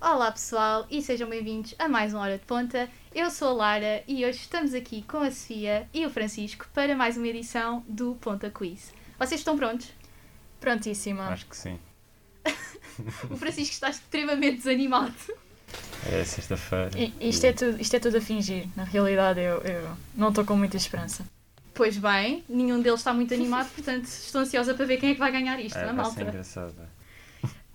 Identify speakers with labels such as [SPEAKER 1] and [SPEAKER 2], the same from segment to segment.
[SPEAKER 1] Olá pessoal e sejam bem-vindos a mais um Hora de Ponta. Eu sou a Lara e hoje estamos aqui com a Sofia e o Francisco para mais uma edição do Ponta Quiz. Vocês estão prontos?
[SPEAKER 2] Prontíssima.
[SPEAKER 3] Acho que sim.
[SPEAKER 1] O Francisco está extremamente desanimado.
[SPEAKER 3] É sexta-feira.
[SPEAKER 2] I- Isto é, tudo, isto é tudo a fingir. Na realidade, eu, eu não estou com muita esperança.
[SPEAKER 1] Pois bem, nenhum deles está muito animado, portanto estou ansiosa para ver quem é que vai ganhar isto,
[SPEAKER 3] é,
[SPEAKER 1] na
[SPEAKER 3] vai ser
[SPEAKER 1] malta.
[SPEAKER 3] engraçado.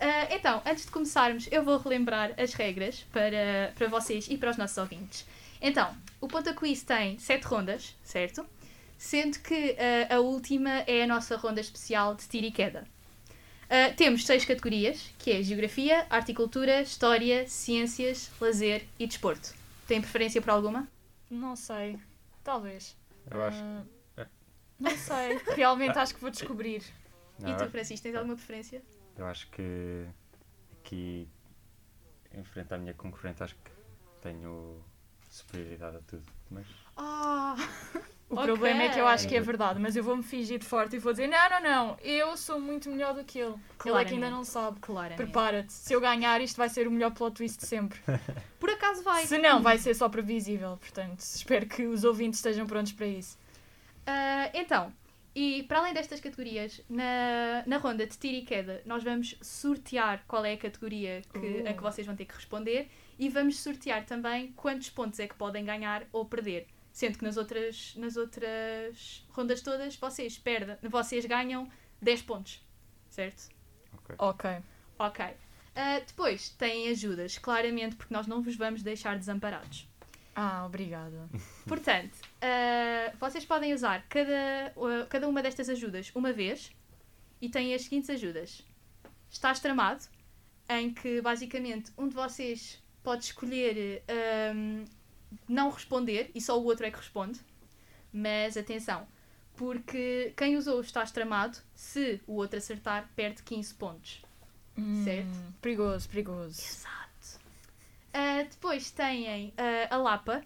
[SPEAKER 1] Ah, então, antes de começarmos, eu vou relembrar as regras para, para vocês e para os nossos ouvintes. Então, o Ponta Quiz tem sete rondas, certo? Sendo que ah, a última é a nossa ronda especial de tiro e queda. Ah, temos seis categorias, que é Geografia, Articultura, História, Ciências, Lazer e Desporto. Tem preferência por alguma?
[SPEAKER 2] Não sei. Talvez.
[SPEAKER 3] Eu acho.
[SPEAKER 2] Ah, não sei. Realmente acho que vou descobrir.
[SPEAKER 3] Não,
[SPEAKER 1] e tu, Francisco, tens alguma preferência?
[SPEAKER 3] eu acho que aqui, em frente à minha concorrente, acho que tenho superioridade a tudo. Mas
[SPEAKER 1] Ah!
[SPEAKER 2] O
[SPEAKER 1] Ok.
[SPEAKER 2] problema é que eu acho que é verdade, mas eu vou-me fingir de forte e vou dizer: não, não, não, eu sou muito melhor do que ele. Ele é que ainda
[SPEAKER 1] Claramente.
[SPEAKER 2] não sabe.
[SPEAKER 1] Claro.
[SPEAKER 2] Prepara-te, se eu ganhar, isto vai ser o melhor plot twist de sempre.
[SPEAKER 1] Por acaso vai.
[SPEAKER 2] Se não, vai ser só previsível. Portanto, espero que os ouvintes estejam prontos para isso.
[SPEAKER 1] Ah, então, e para além destas categorias, na, na ronda de tiro e queda, nós vamos sortear qual é a categoria que, a que
[SPEAKER 2] Uh.
[SPEAKER 1] vocês vão ter que responder e vamos sortear também quantos pontos é que podem ganhar ou perder. Sendo que nas outras, nas outras rondas todas vocês perdem, vocês ganham 10 pontos, certo?
[SPEAKER 2] Ok.
[SPEAKER 1] Ok. Ah, depois têm ajudas, claramente, porque nós não vos vamos deixar desamparados.
[SPEAKER 2] Ah, obrigada.
[SPEAKER 1] Portanto, ah, vocês podem usar cada, ah, cada uma destas ajudas uma vez e têm as seguintes ajudas. Estás tramado, em que basicamente um de vocês pode escolher eh, ahm, não responder e só o outro é que responde. Mas atenção, porque quem usou o estás tramado, se o outro acertar, perde 15 pontos.
[SPEAKER 2] Hum,
[SPEAKER 1] Certo.
[SPEAKER 2] Perigoso, perigoso.
[SPEAKER 1] Exato. Ah, depois têm ah, a Lapa,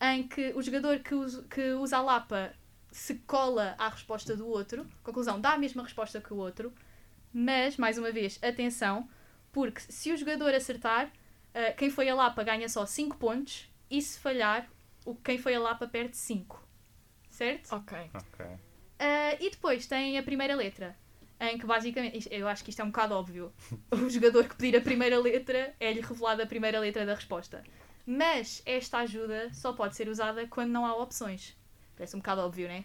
[SPEAKER 1] em que o jogador que usa, que usa a Lapa se cola à resposta do outro. Conclusão, dá a mesma resposta que o outro. Mas, mais uma vez, atenção, porque se o jogador acertar, ah, quem foi a Lapa ganha só 5 pontos e se falhar, o quem foi a Lapa perde 5. Certo?
[SPEAKER 2] Ok.
[SPEAKER 3] ok.
[SPEAKER 1] Ah, e depois tem a primeira letra, em que basicamente, isto- eu acho que isto é um bocado óbvio, o jogador que pedir a primeira letra é-lhe revelada a primeira letra da resposta. Mas esta ajuda só pode ser usada quando não há opções. Parece um bocado óbvio, não é?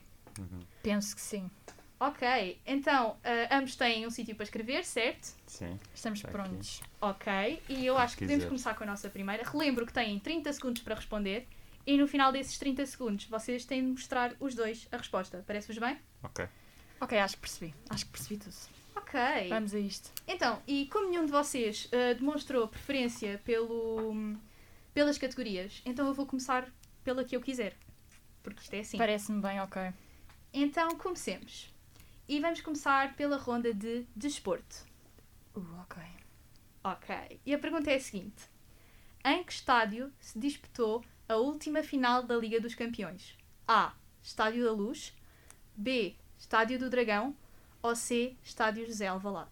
[SPEAKER 2] Penso que sim.
[SPEAKER 1] Ok, então ah, ambos têm um sítio para escrever, certo?
[SPEAKER 3] Sim.
[SPEAKER 2] Estamos
[SPEAKER 3] Está aqui.
[SPEAKER 2] prontos.
[SPEAKER 1] Ok, e eu acho que podemos
[SPEAKER 3] quiser.
[SPEAKER 1] começar com a nossa primeira. Relembro que têm 30 segundos para responder e no final desses 30 segundos vocês têm de mostrar os dois a resposta. Parece-vos bem?
[SPEAKER 3] Ok.
[SPEAKER 2] Ok, acho que percebi. Acho que percebi tudo.
[SPEAKER 1] Ok.
[SPEAKER 2] Vamos a isto.
[SPEAKER 1] Então, e como nenhum de vocês ah, demonstrou preferência pelo, pelas categorias, então eu vou começar pela que eu quiser. Porque isto é assim.
[SPEAKER 2] Parece-me bem, ok.
[SPEAKER 1] Então, comecemos. E vamos começar pela ronda de desporto.
[SPEAKER 2] Uh, ok.
[SPEAKER 1] Ok. E a pergunta é a seguinte: Em que estádio se disputou a última final da Liga dos Campeões? A. Estádio da Luz. B. Estádio do Dragão. Ou C. Estádio José Alvalade.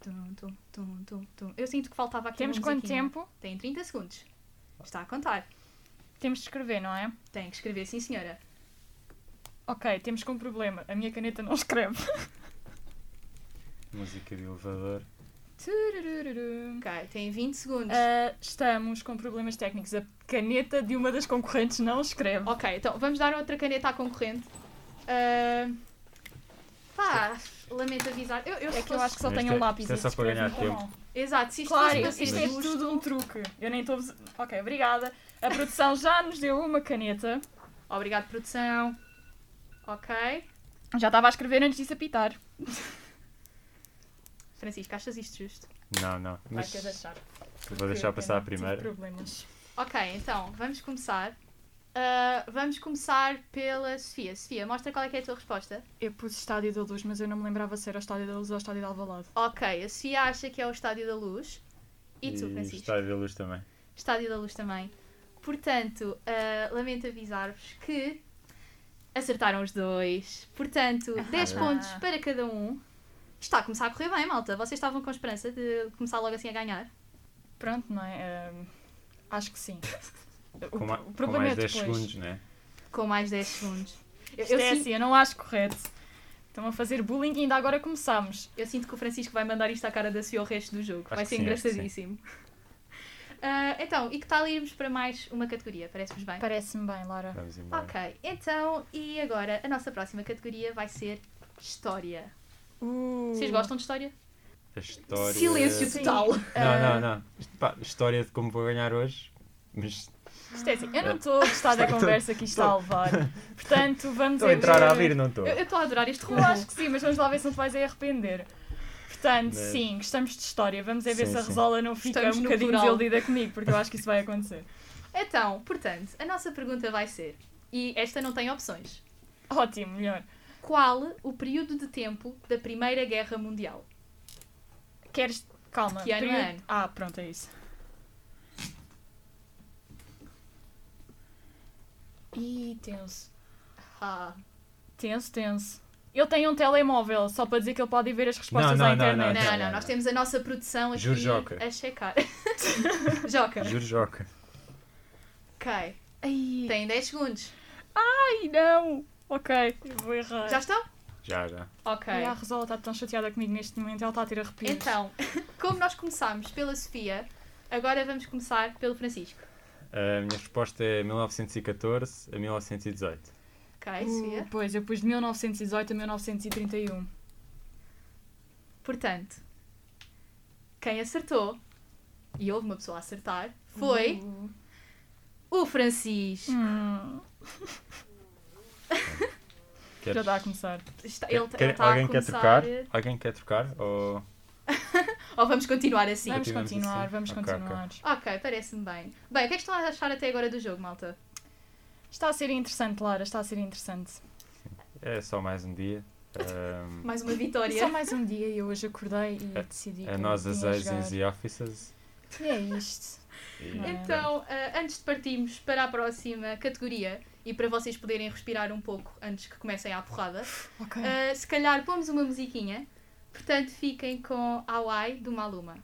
[SPEAKER 1] Tum, tum, tum, tum, tum. Eu sinto que faltava aqui
[SPEAKER 2] Temos
[SPEAKER 1] uma
[SPEAKER 2] quanto
[SPEAKER 1] musiquinha.
[SPEAKER 2] tempo?
[SPEAKER 1] Tem 30 segundos. Está a contar.
[SPEAKER 2] Temos de escrever, não é?
[SPEAKER 1] Tem que escrever, sim, senhora.
[SPEAKER 2] Ok, temos com um problema. A minha caneta não escreve.
[SPEAKER 3] Música de elevador.
[SPEAKER 2] Turururu.
[SPEAKER 1] Ok, tem 20 segundos.
[SPEAKER 2] Ah, estamos com problemas técnicos. A caneta de uma das concorrentes não escreve.
[SPEAKER 1] Ok, então vamos dar outra caneta à concorrente. Ah, pá, lamento avisar. Eu, eu,
[SPEAKER 2] É
[SPEAKER 1] se
[SPEAKER 2] que eu
[SPEAKER 1] fosse-
[SPEAKER 2] acho que só
[SPEAKER 3] Isto
[SPEAKER 2] tenho
[SPEAKER 3] é-
[SPEAKER 2] um lápis.
[SPEAKER 3] isto é só
[SPEAKER 2] isto
[SPEAKER 3] para ganhar
[SPEAKER 2] escreve muito
[SPEAKER 3] tempo.
[SPEAKER 2] mal.
[SPEAKER 1] Exato, se isto
[SPEAKER 2] Claro,
[SPEAKER 1] fosse para
[SPEAKER 2] isto
[SPEAKER 1] ser
[SPEAKER 2] é
[SPEAKER 1] justo-
[SPEAKER 2] tudo um truque. Eu nem estou. Ok, obrigada. A produção já nos deu uma caneta.
[SPEAKER 1] Obrigado, produção. Ok.
[SPEAKER 2] Já estava a escrever antes disso apitar.
[SPEAKER 1] Francisco, achas isto justo?
[SPEAKER 3] Não, não.
[SPEAKER 2] Vai
[SPEAKER 3] Mas
[SPEAKER 2] ter de achar.
[SPEAKER 3] vou deixar
[SPEAKER 2] porque
[SPEAKER 3] passar a
[SPEAKER 2] eu tive
[SPEAKER 3] primeira.
[SPEAKER 2] problemas.
[SPEAKER 1] Ok, então, vamos começar. Ah, vamos começar pela Sofia. Sofia, mostra qual é que é a tua resposta.
[SPEAKER 2] Eu pus Estádio da Luz, mas eu não me lembrava se era o Estádio da Luz ou o Estádio de Alvalade.
[SPEAKER 1] Ok, a Sofia acha que é o Estádio da Luz. E tu, Francisco?
[SPEAKER 3] Estádio da Luz também.
[SPEAKER 1] Estádio da Luz também. Portanto, ah, lamento avisar-vos que acertaram os dois. Portanto, 10
[SPEAKER 3] Ah.
[SPEAKER 1] pontos para cada um. Está a começar a correr bem, malta. Vocês estavam com esperança de começar logo assim a ganhar?
[SPEAKER 2] Pronto, não é? Ahm, acho que sim. O,
[SPEAKER 3] Com, ma-
[SPEAKER 2] o
[SPEAKER 3] com
[SPEAKER 2] problema
[SPEAKER 3] mais
[SPEAKER 2] é
[SPEAKER 3] 10
[SPEAKER 2] depois.
[SPEAKER 3] segundos, né?
[SPEAKER 1] Com mais 10 segundos. Eu,
[SPEAKER 2] Isto
[SPEAKER 1] eu
[SPEAKER 2] é
[SPEAKER 1] sinto,
[SPEAKER 2] assim, eu não acho correto. Estão a fazer bullying e ainda agora começámos.
[SPEAKER 1] eu sinto que o Francisco vai mandar isto à cara da Sofia ao resto do jogo.
[SPEAKER 3] Acho
[SPEAKER 1] vai
[SPEAKER 3] que
[SPEAKER 1] ser
[SPEAKER 3] sim, acho que sim.
[SPEAKER 1] engraçadíssimo.
[SPEAKER 2] assim.
[SPEAKER 1] Ah, então, e que tal irmos para mais uma categoria? Parece-vos bem?
[SPEAKER 2] Parece-me bem, Laura.
[SPEAKER 3] Vamos embora.
[SPEAKER 1] Ok, então, e agora a nossa próxima categoria vai ser História.
[SPEAKER 2] Uh.
[SPEAKER 1] Vocês gostam de História?
[SPEAKER 3] A história...
[SPEAKER 1] Silêncio
[SPEAKER 2] Sim. Ah.
[SPEAKER 1] total.
[SPEAKER 3] Não, não, não. Isto, pá, história de como vou ganhar hoje, mas Ah,
[SPEAKER 2] Isto é assim, eu não estou a gostar da conversa que isto está a levar. Portanto, vamos
[SPEAKER 3] estou a entrar a
[SPEAKER 2] ver-
[SPEAKER 3] abrir, não estou.
[SPEAKER 1] Eu eu estou a adorar este
[SPEAKER 2] Eu
[SPEAKER 1] rolo.
[SPEAKER 2] acho que sim, mas vamos lá ver se não te vais aí arrepender. Portanto,
[SPEAKER 3] Mas-
[SPEAKER 2] sim, gostamos de história. Vamos é ver
[SPEAKER 3] Sim,
[SPEAKER 2] se a
[SPEAKER 3] sim.
[SPEAKER 2] Resola não fica
[SPEAKER 1] Estamos
[SPEAKER 2] um
[SPEAKER 1] no
[SPEAKER 2] bocadinho
[SPEAKER 1] plural.
[SPEAKER 2] desiludida comigo, porque eu acho que isso vai acontecer.
[SPEAKER 1] Então, portanto, a nossa pergunta vai ser, e esta não tem opções:
[SPEAKER 2] Ótimo, melhor.
[SPEAKER 1] Qual o período de tempo da Primeira Guerra Mundial?
[SPEAKER 2] Queres. Calma.
[SPEAKER 1] Que ano
[SPEAKER 2] período-
[SPEAKER 1] é ano?
[SPEAKER 2] Ah, pronto, é isso. Ih, tenso.
[SPEAKER 1] Ah,
[SPEAKER 2] Tenso, tenso. Ele tem um telemóvel, só para dizer que ele pode ir ver as respostas
[SPEAKER 3] Não, não,
[SPEAKER 2] à
[SPEAKER 3] não,
[SPEAKER 2] internet.
[SPEAKER 1] não,
[SPEAKER 3] não,
[SPEAKER 1] não,
[SPEAKER 3] não.
[SPEAKER 1] nós temos a nossa produção aqui
[SPEAKER 3] Juro, Joca.
[SPEAKER 1] a checar. Joca.
[SPEAKER 3] Juro, Joca.
[SPEAKER 1] Ok.
[SPEAKER 2] Ai,
[SPEAKER 1] Tem 10 segundos.
[SPEAKER 2] ai, não! Ok, eu vou errar.
[SPEAKER 1] Já estão?
[SPEAKER 3] Já, já.
[SPEAKER 1] Ok.
[SPEAKER 2] Ai, a Resola está tão chateada comigo neste momento, ela está a ter arrepios.
[SPEAKER 1] Então, como nós começámos pela Sofia, agora vamos começar pelo Francisco.
[SPEAKER 3] A minha resposta é 1914 a 1918.
[SPEAKER 1] Ok,
[SPEAKER 2] Uh,
[SPEAKER 1] Sofia?
[SPEAKER 2] pois, eu pus de 1918 a 1931.
[SPEAKER 1] Portanto, quem acertou, e houve uma pessoa a acertar, foi
[SPEAKER 2] Uh.
[SPEAKER 1] o Francisco.
[SPEAKER 2] Hum, já
[SPEAKER 3] Queres-
[SPEAKER 2] está a começar.
[SPEAKER 1] Está-
[SPEAKER 3] quer-
[SPEAKER 1] ele
[SPEAKER 3] quer-
[SPEAKER 1] está
[SPEAKER 3] alguém
[SPEAKER 1] a começar...
[SPEAKER 3] quer trocar? Alguém quer trocar? Ou...
[SPEAKER 1] Ou vamos continuar assim?
[SPEAKER 2] Vamos
[SPEAKER 3] Continuamos
[SPEAKER 2] continuar,
[SPEAKER 3] assim?
[SPEAKER 2] vamos
[SPEAKER 3] Ok,
[SPEAKER 2] continuar.
[SPEAKER 1] Ok, parece-me bem. Bem, o que é que estão a achar até agora do jogo, malta?
[SPEAKER 2] Está a ser interessante, Lara, está a ser interessante.
[SPEAKER 3] É só mais um dia. Ahm,
[SPEAKER 1] Mais uma vitória.
[SPEAKER 2] Só mais um dia e eu hoje acordei e decidi
[SPEAKER 3] a
[SPEAKER 2] que
[SPEAKER 3] É, nós,
[SPEAKER 2] eu
[SPEAKER 3] as
[SPEAKER 2] tinha a
[SPEAKER 3] agents
[SPEAKER 2] jogar.
[SPEAKER 3] e officers.
[SPEAKER 2] E é isto.
[SPEAKER 3] E-
[SPEAKER 2] Não é?
[SPEAKER 1] Então, ah, antes de partirmos para a próxima categoria e para vocês poderem respirar um pouco antes que comecem a porrada,
[SPEAKER 2] Ok.
[SPEAKER 1] ah, se calhar pomos uma musiquinha. Portanto, fiquem com Hawaii do Maluma.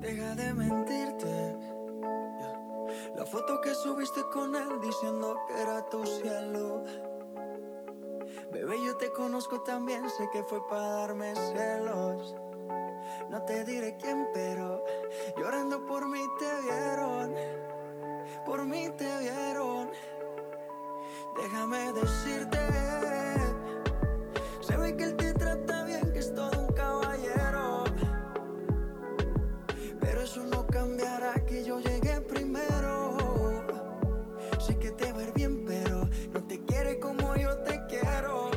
[SPEAKER 4] Deja de mentirte. Ya. La foto que subiste con él diciendo que era tu cielo. Bebé, yo te conozco también, sé que fue para darme celos. No te diré quién, pero llorando por mí te vieron. Por mí te vieron. Déjame decirte. Se ve que él te trata bien, que es todo un caballero. Pero eso no cambiará que yo llegué primero. Sé que te va a ir bien, pero no te quiere como yo te quiero.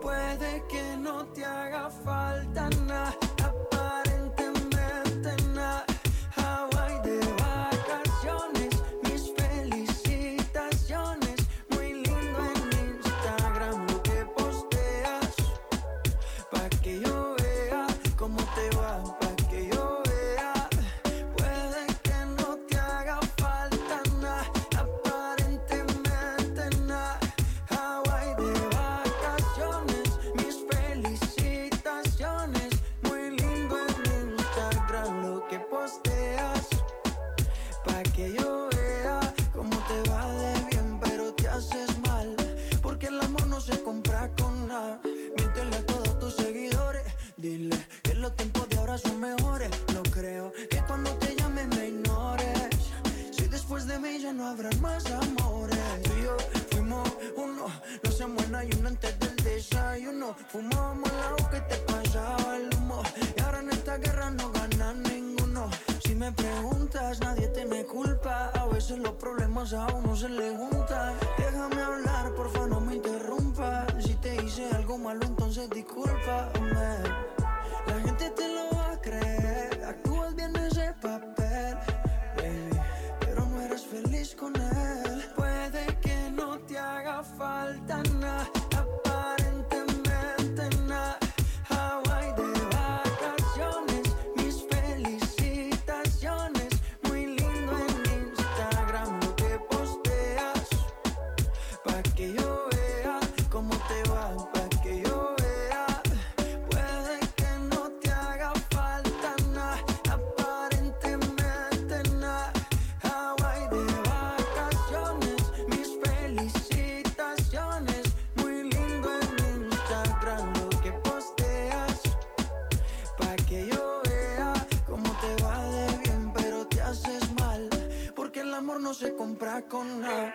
[SPEAKER 4] Puede que no te haga falta nada, aparentemente nada. Hawaii de vacaciones, mis felicitaciones. Muy lindo en Instagram lo que posteas. Pa' que yo vea cómo te va, pa' que yo vea. Puede que no te haga falta nada, aparentemente nada. Hawaii de vacaciones, mis felicitaciones. Muy lindo en Instagram lo que posteas. Pa' que yo vea cómo te va de bien, pero te haces mal. Porque el amor no se compra con nada. Míntele a todos tus seguidores. Dile que los tiempos de ahora son mejores. No creo que cuando te llames me ignores. Si después de mí ya no habrá más amores. Tú y yo fuimos uno. No se muera y uno antes del desayuno. Fumábamos el agua que te pasaba el humo. Y ahora en esta guerra no gana ninguno. Si me preguntas, nadie te me culpa. A veces los problemas a uno se le juntan. Déjame hablar, porfa, no me interrumpa. Si te hice algo malo, entonces discúlpame. La gente te lo va a creer. Actúas bien ese papel, baby. Pero no eres feliz con él. Puede que no te haga falta nada. Aparentemente nada. Hawaii de vacaciones. Mis felicitaciones. Muy lindo en Instagram lo que posteas. Pa' que yo vea cómo te va, pa' amor no se compra con nada.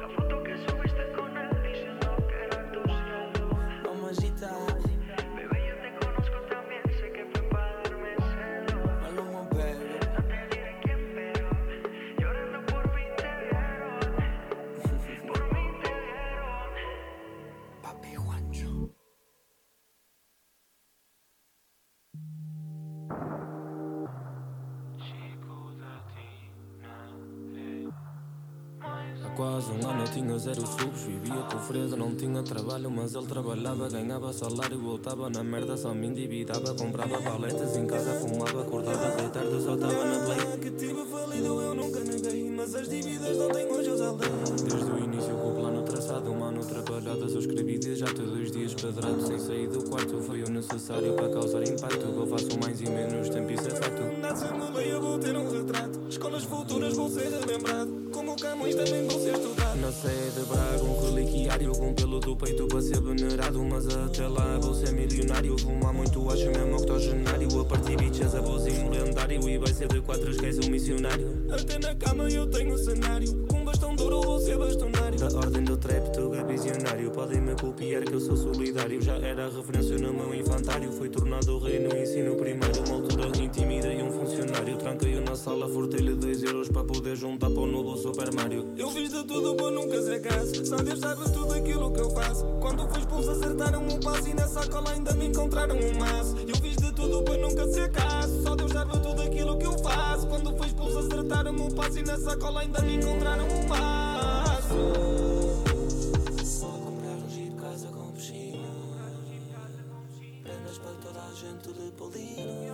[SPEAKER 5] La foto que subiste con él diciendo que era tu cielo.
[SPEAKER 4] Mamacita,
[SPEAKER 5] Bebé, yo te conozco también, sé que fue para darme celo.
[SPEAKER 4] no lo mueves.
[SPEAKER 5] No te diré quién, pero llorando por mí te vieron. Por mí te vieron.
[SPEAKER 4] Papi Juancho.
[SPEAKER 6] Há quase um ano eu tinha zero subs, vivia com Fredo, não tinha trabalho, mas ele trabalhava, ganhava salário, voltava na merda, só me endividava, comprava paletas em casa, fumava, acordava, deitado, só tava na play. que tive falido eu nunca neguei, mas as dívidas não têm hoje os aldeias. Desde o início com o plano traçado, um mano, trabalhadas, eu escrevi desde já todos os dias quadrados, sem sair do quarto, foi o necessário para causar impacto, que eu faço mais e menos tempo, isso é facto. Na segunda eu vou ter um retrato, escolas futuras vou ser relembrado, como Camões também vou ser estudado. Na sede de Braga, um reliquiário com pelo do peito para ser venerado, mas até lá vou ser milionário, fumar muito, acho mesmo octogenário, a partir bichas, avôzinho lendário, e vai ser de quatro, esquece o missionário. Até na cama eu tenho cenário, com bastão duro vou ser bastonário. Da ordem do trap, tuga visionário, podem me copiar que eu sou solidário, já era referência no meu infantário, fui tornado rei no ensino primário, uma altura intimidei um funcionário, tranquei-o na sala, furtei-lhe 2 euros para poder juntar para o novo Super Mario. Eu fiz de tudo para nunca ser caso, só Deus sabe tudo aquilo que eu faço. Quando fui expulso acertaram um passo e nessa cola ainda me encontraram um maço. Eu fiz de tudo para nunca ser caso, só Deus sabe tudo aquilo que eu faço. Quando fui expulso acertaram um passo e nessa cola ainda me encontraram um maço. Vou comprar um giro casa com piscina, prendas para toda a gente de Paulina.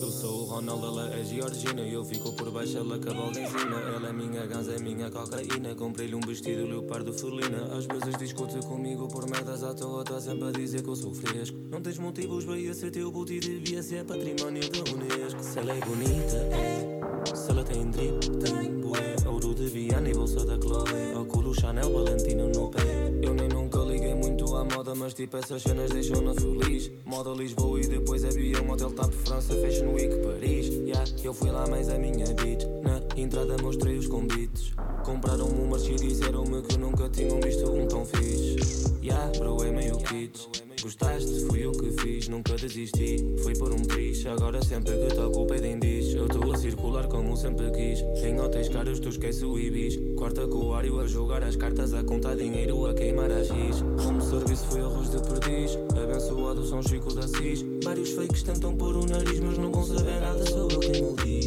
[SPEAKER 6] Eu sou o Ronald, ela é Georgina Eu fico por baixo, ela cavalga em cima Ela é minha ganza, é minha cocaína Comprei-lhe um vestido leopardo felina Às vezes discute comigo por merdas à toa Tá sempre a dizer que eu sou fresco Não tens motivos para ir ser teu puto E devia ser património da Unesco Se ela é bonita, é Se ela tem drip, tem bué Ouro de Viana e bolsa da Chloe Óculos Chanel, Valentino no pé Eu nem nunca liguei muito à moda Mas tipo essas cenas deixam-na feliz Moda Lisboa e depois havia um hotel Tap França Fashion Week Paris yeah, Eu fui lá mais a minha beat Na entrada mostrei os convites Compraram-me um Mercedes e disseram-me que nunca tinham visto um tão fixe Yeah, bro, é meio kits Gostaste? Fui o que fiz, nunca desisti Fui por um triz, agora sempre que toco o pé em diz Eu estou a circular como sempre quis Em hotéis caros tu esquece o Ibis Quarta com o Ario a jogar as cartas A contar dinheiro, a queimar a giz Como serviço foi arroz de perdiz Abençoado São Chico de Assis Vários fakes tentam pôr o nariz Mas não vão saber nada, sou eu quem o diz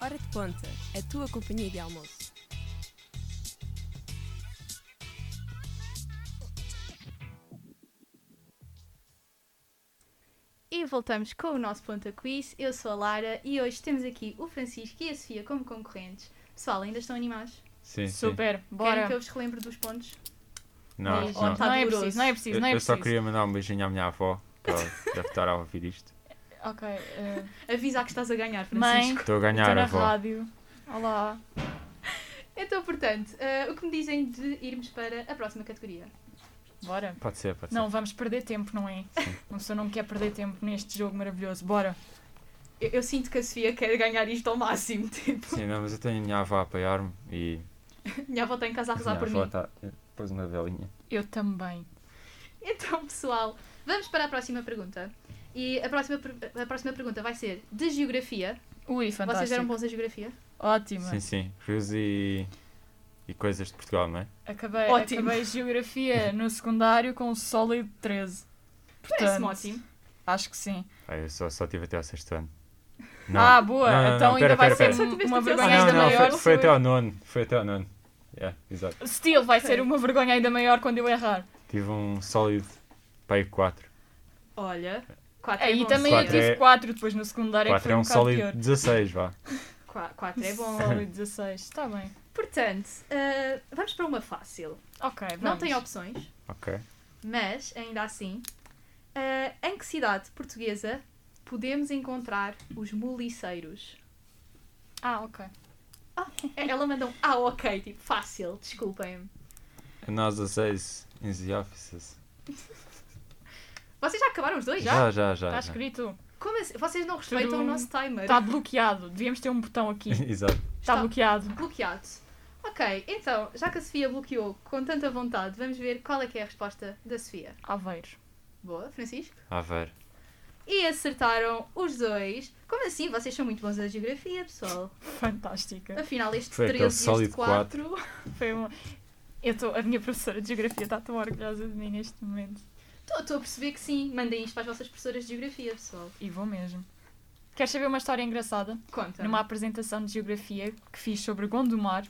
[SPEAKER 7] Hora de Ponta, a tua companhia de almoço.
[SPEAKER 1] E voltamos com o nosso Ponta Quiz. Eu sou a Lara e hoje temos aqui o Francisco e a Sofia como concorrentes. Pessoal, ainda estão animados?
[SPEAKER 3] Sim,
[SPEAKER 2] Super,
[SPEAKER 1] Querem
[SPEAKER 2] bora.
[SPEAKER 1] que eu vos relembre dos pontos?
[SPEAKER 3] sim. Não,
[SPEAKER 1] Ou
[SPEAKER 3] acho que não.
[SPEAKER 1] tá
[SPEAKER 2] Não é
[SPEAKER 1] doloroso?
[SPEAKER 2] preciso, não é preciso,
[SPEAKER 3] Eu,
[SPEAKER 2] não é
[SPEAKER 3] eu
[SPEAKER 2] preciso.
[SPEAKER 3] só queria mandar um beijinho à minha avó, que ela deve estar a ouvir isto.
[SPEAKER 2] Ok, eh,
[SPEAKER 1] Avisa que estás a ganhar, Francisco.
[SPEAKER 2] mãe,
[SPEAKER 3] Estou a
[SPEAKER 2] estou
[SPEAKER 3] ganhar,
[SPEAKER 2] na
[SPEAKER 3] avó.
[SPEAKER 2] rádio. Olá.
[SPEAKER 1] Então, portanto, eh, o que me dizem de irmos para a próxima categoria?
[SPEAKER 2] Bora.
[SPEAKER 3] Pode ser, pode
[SPEAKER 2] Não,
[SPEAKER 3] ser.
[SPEAKER 2] vamos perder tempo, não é? Uma pessoa não quer perder tempo neste jogo maravilhoso. Bora.
[SPEAKER 1] Eu, eu sinto que a Sofia quer ganhar isto ao máximo. Tipo,
[SPEAKER 3] Sim, não, mas eu tenho a minha avó a apoiar-me e
[SPEAKER 1] minha avó está em casa a
[SPEAKER 3] a
[SPEAKER 1] rezar
[SPEAKER 3] minha
[SPEAKER 1] por
[SPEAKER 3] avó
[SPEAKER 1] mim.
[SPEAKER 3] está. tá, eh, Pôs uma velinha.
[SPEAKER 2] Eu também.
[SPEAKER 1] Então, pessoal, vamos para a próxima pergunta. E a próxima, per- a próxima pergunta vai ser de geografia.
[SPEAKER 2] Ui, fantástico.
[SPEAKER 1] Vocês eram bons em geografia?
[SPEAKER 2] Ótima.
[SPEAKER 3] Sim, sim. Rios e. e coisas de Portugal, não é?
[SPEAKER 2] Acabei,
[SPEAKER 1] Ótimo.
[SPEAKER 2] acabei geografia no secundário com um sólido 13.
[SPEAKER 1] Parece-me ótimo.
[SPEAKER 2] Acho que sim.
[SPEAKER 3] Ah, eu só, só tive até ao sexto ano.
[SPEAKER 2] Ah, boa.
[SPEAKER 3] Não, não, não,
[SPEAKER 2] então
[SPEAKER 3] pera,
[SPEAKER 2] ainda vai
[SPEAKER 3] pera,
[SPEAKER 2] ser
[SPEAKER 1] pera.
[SPEAKER 2] um- uma
[SPEAKER 1] Só tiveste
[SPEAKER 2] vergonha
[SPEAKER 1] até
[SPEAKER 3] Ah,
[SPEAKER 2] ainda
[SPEAKER 3] não, não,
[SPEAKER 2] maior.
[SPEAKER 3] foi, foi
[SPEAKER 2] se
[SPEAKER 3] até ao nono. Foi até ao nono. Yeah, exato.
[SPEAKER 2] eu- Still vai ser uma vergonha ainda maior quando eu errar.
[SPEAKER 3] Tive um sólido pai 4.
[SPEAKER 1] Olha, 4
[SPEAKER 2] Aí também eu
[SPEAKER 3] Quatro
[SPEAKER 2] tive
[SPEAKER 3] é-
[SPEAKER 2] 4 depois no secundário é que
[SPEAKER 3] 4
[SPEAKER 2] foi
[SPEAKER 3] é
[SPEAKER 2] um
[SPEAKER 3] um
[SPEAKER 2] bocado
[SPEAKER 3] sólido
[SPEAKER 2] pior.
[SPEAKER 3] 16, vá.
[SPEAKER 1] Qua- Quatro é bom.
[SPEAKER 2] Só e 16. Está Tá bem.
[SPEAKER 1] Portanto, eh, vamos para uma fácil.
[SPEAKER 2] Ok, vamos.
[SPEAKER 1] Não tem opções,
[SPEAKER 3] Ok.
[SPEAKER 1] mas ainda assim, eh, em que cidade portuguesa podemos encontrar os muliceiros?
[SPEAKER 2] Ah, ok.
[SPEAKER 1] Ela mandou um, ah, ok, tipo, fácil, desculpem-me.
[SPEAKER 3] Another says in the offices.
[SPEAKER 1] Vocês já acabaram os dois?
[SPEAKER 3] Já, já, já.
[SPEAKER 2] Está
[SPEAKER 3] já.
[SPEAKER 2] escrito.
[SPEAKER 1] Como assim? Vocês não respeitam
[SPEAKER 2] Tudo-
[SPEAKER 1] o nosso timer?
[SPEAKER 2] Está bloqueado. Devíamos ter um botão aqui.
[SPEAKER 3] Exato.
[SPEAKER 2] Está bloqueado.
[SPEAKER 1] bloqueado. Ok, então, já que a Sofia bloqueou com tanta vontade, vamos ver qual é que é a resposta da Sofia.
[SPEAKER 2] Aveiros.
[SPEAKER 1] Boa, Francisco.
[SPEAKER 3] A ver.
[SPEAKER 1] E acertaram os dois. Como assim? Vocês são muito bons na geografia, pessoal.
[SPEAKER 2] Fantástica.
[SPEAKER 1] Afinal, este
[SPEAKER 3] Foi aquele
[SPEAKER 1] 13 e este
[SPEAKER 3] sólido
[SPEAKER 1] 4.
[SPEAKER 2] Foi uma... Eu tô... A minha professora de geografia está tão orgulhosa de mim neste momento.
[SPEAKER 1] Estou a perceber que sim. Mandem isto para as vossas professoras de geografia, pessoal.
[SPEAKER 2] E vou mesmo. Queres saber uma história engraçada?
[SPEAKER 1] Conta.
[SPEAKER 2] Numa apresentação de geografia que fiz sobre Gondomar,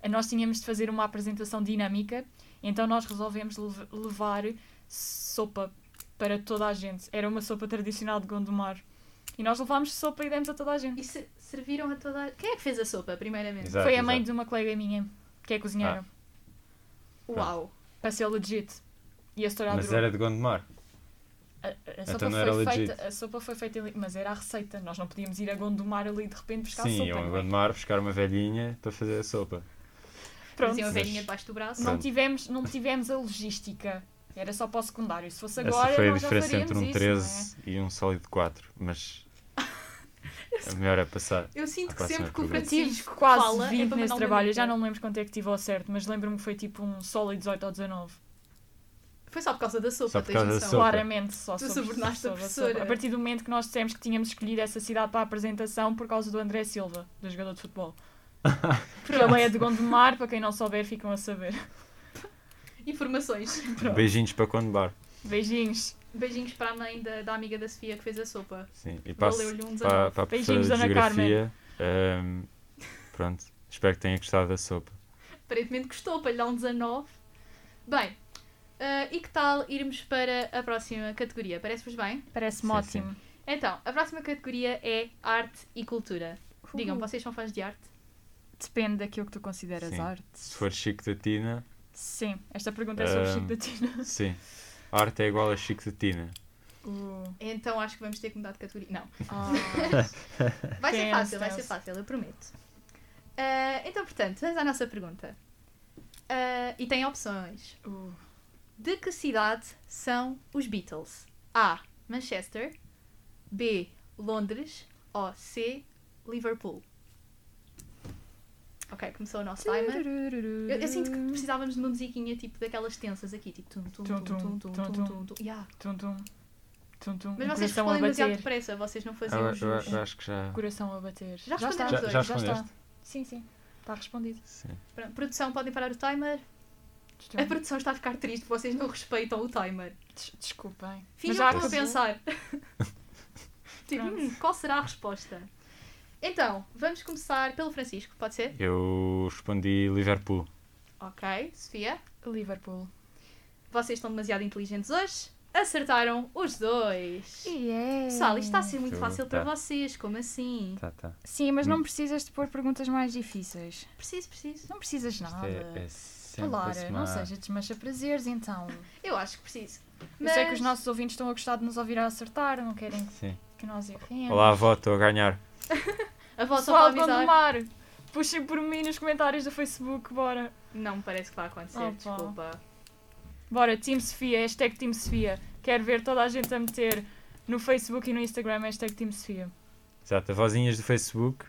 [SPEAKER 2] eh, nós tínhamos de fazer uma apresentação dinâmica, então nós resolvemos lev- levar sopa para toda a gente. Era uma sopa tradicional de Gondomar. E nós levámos sopa e demos a toda a gente.
[SPEAKER 1] E se serviram a toda a... Quem é que fez a sopa, primeiramente?
[SPEAKER 3] Exato,
[SPEAKER 2] Foi a mãe
[SPEAKER 3] exato.
[SPEAKER 2] de uma colega minha, que é cozinheira.
[SPEAKER 1] Uau.
[SPEAKER 2] Para ser legit. E a história
[SPEAKER 3] Mas
[SPEAKER 2] adorou.
[SPEAKER 3] era de Gondomar.
[SPEAKER 2] A, a sopa
[SPEAKER 3] Então não
[SPEAKER 2] foi
[SPEAKER 3] era
[SPEAKER 2] feita,
[SPEAKER 3] legit.
[SPEAKER 2] A sopa foi feita ali, mas era a receita. Nós não podíamos ir a Gondomar ali de repente buscar
[SPEAKER 3] Sim,
[SPEAKER 2] sopa.
[SPEAKER 3] iam a
[SPEAKER 2] não é?
[SPEAKER 3] Gondomar buscar uma velhinha para fazer a sopa.
[SPEAKER 2] Pronto.
[SPEAKER 1] Faziam a
[SPEAKER 3] Mas-
[SPEAKER 1] velhinha debaixo do braço.
[SPEAKER 2] Não
[SPEAKER 3] Pronto.
[SPEAKER 2] tivemos, não tivemos a logística. Era só para o secundário. Se fosse agora,
[SPEAKER 3] Essa foi a
[SPEAKER 2] nós
[SPEAKER 3] diferença
[SPEAKER 2] já
[SPEAKER 3] entre um
[SPEAKER 2] faríamos é?
[SPEAKER 3] 13 e um sólido 4. Mas a melhor é passar.
[SPEAKER 1] Eu sinto
[SPEAKER 3] À
[SPEAKER 1] que
[SPEAKER 3] próxima
[SPEAKER 1] sempre que o
[SPEAKER 3] pergunta.
[SPEAKER 2] isso, não é? Tive
[SPEAKER 1] Francisco
[SPEAKER 2] quase 20
[SPEAKER 1] fala, é para mandar
[SPEAKER 2] nesse
[SPEAKER 1] uma
[SPEAKER 2] trabalho. Eu já
[SPEAKER 1] dica.
[SPEAKER 2] não me lembro quanto é que tive ao certo, mas lembro-me que foi tipo um sólido 18 ou 19.
[SPEAKER 1] Foi só por causa da sopa,
[SPEAKER 3] Só por
[SPEAKER 1] tens
[SPEAKER 3] causa da
[SPEAKER 1] noção.
[SPEAKER 3] sopa.
[SPEAKER 2] Claramente, só
[SPEAKER 1] Tu
[SPEAKER 2] sobre-
[SPEAKER 1] subornaste a
[SPEAKER 2] sobre
[SPEAKER 1] professora.
[SPEAKER 2] A partir do momento que nós dissemos que tínhamos escolhido essa cidade para a apresentação por causa do André Silva, do jogador de futebol. Porque ele é de Gondomar, para quem não souber, ficam a saber.
[SPEAKER 1] Informações.
[SPEAKER 3] Um Beijinhos para Gondomar.
[SPEAKER 2] Beijinhos.
[SPEAKER 1] Beijinhos para a mãe da, da amiga da Sofia que fez a sopa.
[SPEAKER 3] Sim. E passo
[SPEAKER 1] Valeu-lhe um
[SPEAKER 3] para,
[SPEAKER 1] 19.
[SPEAKER 3] para a professora
[SPEAKER 2] Beijinhos,
[SPEAKER 3] de
[SPEAKER 2] Ana Carmen.
[SPEAKER 3] geografia. Ahm, pronto. Espero que tenha gostado da sopa.
[SPEAKER 1] Aparentemente gostou para lhe dar um 19. Bem, ah, e que tal irmos para a próxima categoria? Parece-vos bem?
[SPEAKER 2] Parece-me
[SPEAKER 3] Sim,
[SPEAKER 2] ótimo.
[SPEAKER 1] Então, a próxima categoria é arte e cultura. Digam, vocês são fãs de arte?
[SPEAKER 2] Depende daquilo que tu consideras
[SPEAKER 3] Sim.
[SPEAKER 2] artes.
[SPEAKER 3] Se for Chico da Tina,
[SPEAKER 2] Sim, esta pergunta é sobre
[SPEAKER 3] Ahm.
[SPEAKER 2] Chico da Tina.
[SPEAKER 3] sim. Arte é igual a Chico da Tina.
[SPEAKER 2] Uh,
[SPEAKER 1] Então acho que vamos ter que mudar de categoria. Não.
[SPEAKER 2] ah,
[SPEAKER 1] Vai ser
[SPEAKER 2] Tenso,
[SPEAKER 1] fácil, vai ser
[SPEAKER 2] tenso.
[SPEAKER 1] fácil, eu prometo. Ah, então, portanto, vamos à nossa pergunta. Ah, e tem opções.
[SPEAKER 2] uh.
[SPEAKER 1] De que cidade são os Beatles? A. Manchester. B. Londres. Ou C. Liverpool. Ok, começou o nosso timer. Eu, eu sinto que precisávamos de uma musiquinha tipo daquelas tensas aqui, tipo tum tum tum
[SPEAKER 2] Tum,
[SPEAKER 1] tum
[SPEAKER 2] tum,
[SPEAKER 1] tum
[SPEAKER 2] tum,
[SPEAKER 1] tum
[SPEAKER 2] tum.
[SPEAKER 1] tum, tum. Yeah.
[SPEAKER 2] Tum, tum. Tum, tum.
[SPEAKER 1] Mas
[SPEAKER 2] Um
[SPEAKER 1] vocês
[SPEAKER 2] coração a
[SPEAKER 1] respondem demasiado
[SPEAKER 2] bater.
[SPEAKER 1] depressa, vocês não
[SPEAKER 3] Eu,
[SPEAKER 1] faziam
[SPEAKER 3] eu-
[SPEAKER 1] jus.
[SPEAKER 3] eu acho que já.
[SPEAKER 2] Coração a bater.
[SPEAKER 1] Já
[SPEAKER 2] está.
[SPEAKER 1] respondemos
[SPEAKER 3] Já, já
[SPEAKER 1] dois,
[SPEAKER 3] respondeste?
[SPEAKER 2] está. Sim, sim. Está respondido. é
[SPEAKER 3] Sim.
[SPEAKER 1] Pronto, Produção, podem parar o timer. A produção está a ficar triste, vocês não respeitam o timer.
[SPEAKER 2] um- Des- Desculpem.
[SPEAKER 1] Finham
[SPEAKER 2] já
[SPEAKER 1] por
[SPEAKER 2] acabou.
[SPEAKER 1] pensar. tipo,
[SPEAKER 2] Pronto.
[SPEAKER 1] hum, qual será a resposta? Então, vamos começar pelo Francisco, pode ser?
[SPEAKER 3] Eu respondi Liverpool.
[SPEAKER 1] Ok, Sofia.
[SPEAKER 2] Liverpool.
[SPEAKER 1] Vocês estão demasiado inteligentes hoje. Acertaram os dois.
[SPEAKER 2] Yeah.
[SPEAKER 1] Pessoal, isto está a ser muito
[SPEAKER 3] Tudo
[SPEAKER 1] fácil para
[SPEAKER 3] tá.
[SPEAKER 1] vocês. Como assim?
[SPEAKER 3] Tá, tá.
[SPEAKER 2] Sim, mas não precisas de pôr perguntas mais difíceis.
[SPEAKER 1] Preciso, preciso.
[SPEAKER 2] Não precisas
[SPEAKER 3] Isto
[SPEAKER 2] nada.
[SPEAKER 3] é, é sempre
[SPEAKER 2] Falara, não
[SPEAKER 3] uma-
[SPEAKER 2] seja desmancha prazeres, então.
[SPEAKER 1] Eu acho que preciso.
[SPEAKER 2] Eu sei que os nossos ouvintes estão a gostar de nos ouvir a acertar, não querem
[SPEAKER 3] Sim.
[SPEAKER 2] que nós erremos.
[SPEAKER 3] Olá, avó, estou a ganhar.
[SPEAKER 1] A voz só
[SPEAKER 2] Pessoal
[SPEAKER 1] pode
[SPEAKER 2] de
[SPEAKER 1] avisar.
[SPEAKER 2] Gondomar, puxem por mim nos comentários do Facebook, bora.
[SPEAKER 1] Não me parece que vai acontecer,
[SPEAKER 2] Opa.
[SPEAKER 1] desculpa.
[SPEAKER 2] Bora, Team Sofia, hashtag Team Sofia. Quero ver toda a gente a meter no Facebook e no Instagram hashtag Team Sofia.
[SPEAKER 3] Exato, avózinhas do Facebook.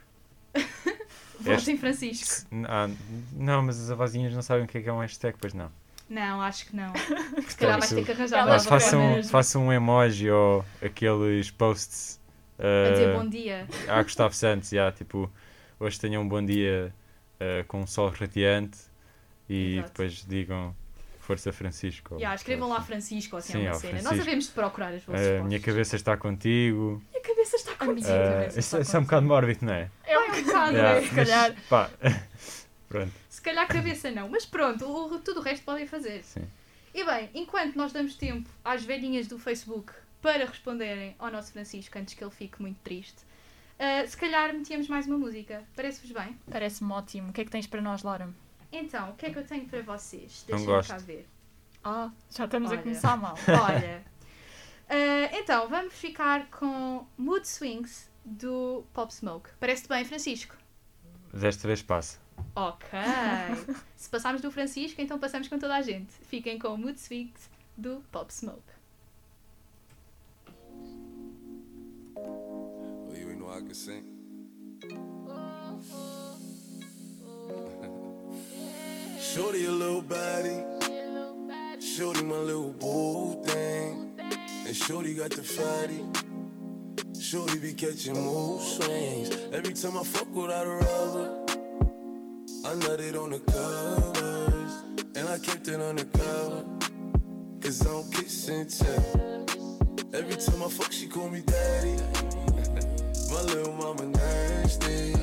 [SPEAKER 1] Votem Francisco.
[SPEAKER 3] Ah, não, mas as avózinhas não sabem o que é, que é um hashtag, pois não.
[SPEAKER 1] Não, acho que não. Se calhar vais ter que arranjar
[SPEAKER 2] Elas
[SPEAKER 3] Elas
[SPEAKER 1] uma
[SPEAKER 2] vão
[SPEAKER 3] façam,
[SPEAKER 2] mesmo.
[SPEAKER 3] façam um emoji ou aqueles posts
[SPEAKER 1] a dizer
[SPEAKER 3] ah,
[SPEAKER 1] bom dia.
[SPEAKER 3] a Gustavo Santos, já, tipo, hoje tenham um bom dia ah, com um sol radiante e
[SPEAKER 1] Exato.
[SPEAKER 3] depois digam Força Francisco. ou
[SPEAKER 1] Yeah, escrevam lá
[SPEAKER 3] assim.
[SPEAKER 1] Francisco, ou assim,
[SPEAKER 3] Sim,
[SPEAKER 1] é uma
[SPEAKER 3] ó,
[SPEAKER 1] cena. Nós
[SPEAKER 3] Francisco.
[SPEAKER 1] devemos de procurar as
[SPEAKER 3] Ah,
[SPEAKER 1] vossas respostas.
[SPEAKER 3] minha cabeça está contigo.
[SPEAKER 1] Minha cabeça está com
[SPEAKER 2] minha- Sim,
[SPEAKER 3] Ah, isso,
[SPEAKER 2] cabeça está
[SPEAKER 3] isso é um bocado mórbido, não é?
[SPEAKER 2] É um bocado,
[SPEAKER 3] Yeah,
[SPEAKER 2] se
[SPEAKER 3] mas,
[SPEAKER 2] calhar.
[SPEAKER 3] pá, pronto,
[SPEAKER 1] Se calhar cabeça não, mas pronto, o- o- tudo o resto podem fazer.
[SPEAKER 3] sim.
[SPEAKER 1] E bem, enquanto nós damos tempo às velhinhas do Facebook para responderem ao nosso Francisco antes que ele fique muito triste, ah, Ah, se calhar metíamos mais uma música. Parece-vos bem?
[SPEAKER 2] Parece-me ótimo. O que é que tens para nós, Lara?
[SPEAKER 1] Então, o que é que eu tenho para vocês?
[SPEAKER 3] Não
[SPEAKER 1] Deixem-me
[SPEAKER 3] gosto.
[SPEAKER 1] cá ver.
[SPEAKER 2] Ah, já estamos
[SPEAKER 1] Olha.
[SPEAKER 2] a começar mal.
[SPEAKER 1] Olha. Ah, então, vamos ficar com Mood Swings do Pop Smoke. Parece-te bem, Francisco?
[SPEAKER 3] Desta vez passa.
[SPEAKER 1] Ok. se passarmos do Francisco, então passamos com toda a gente. Fiquem com Mood Swings do Pop Smoke.
[SPEAKER 8] Well, you ain't know I can sing. Shorty your little body. Shorty my little boo thing. And Shorty got the fatty. Shorty be catching mood swings. Every time I fuck without a rubber, I nutted on the covers. And I kept it on the cover. Cause I don't kiss and tell. Every time I fuck, she call me daddy. My little mama nasty.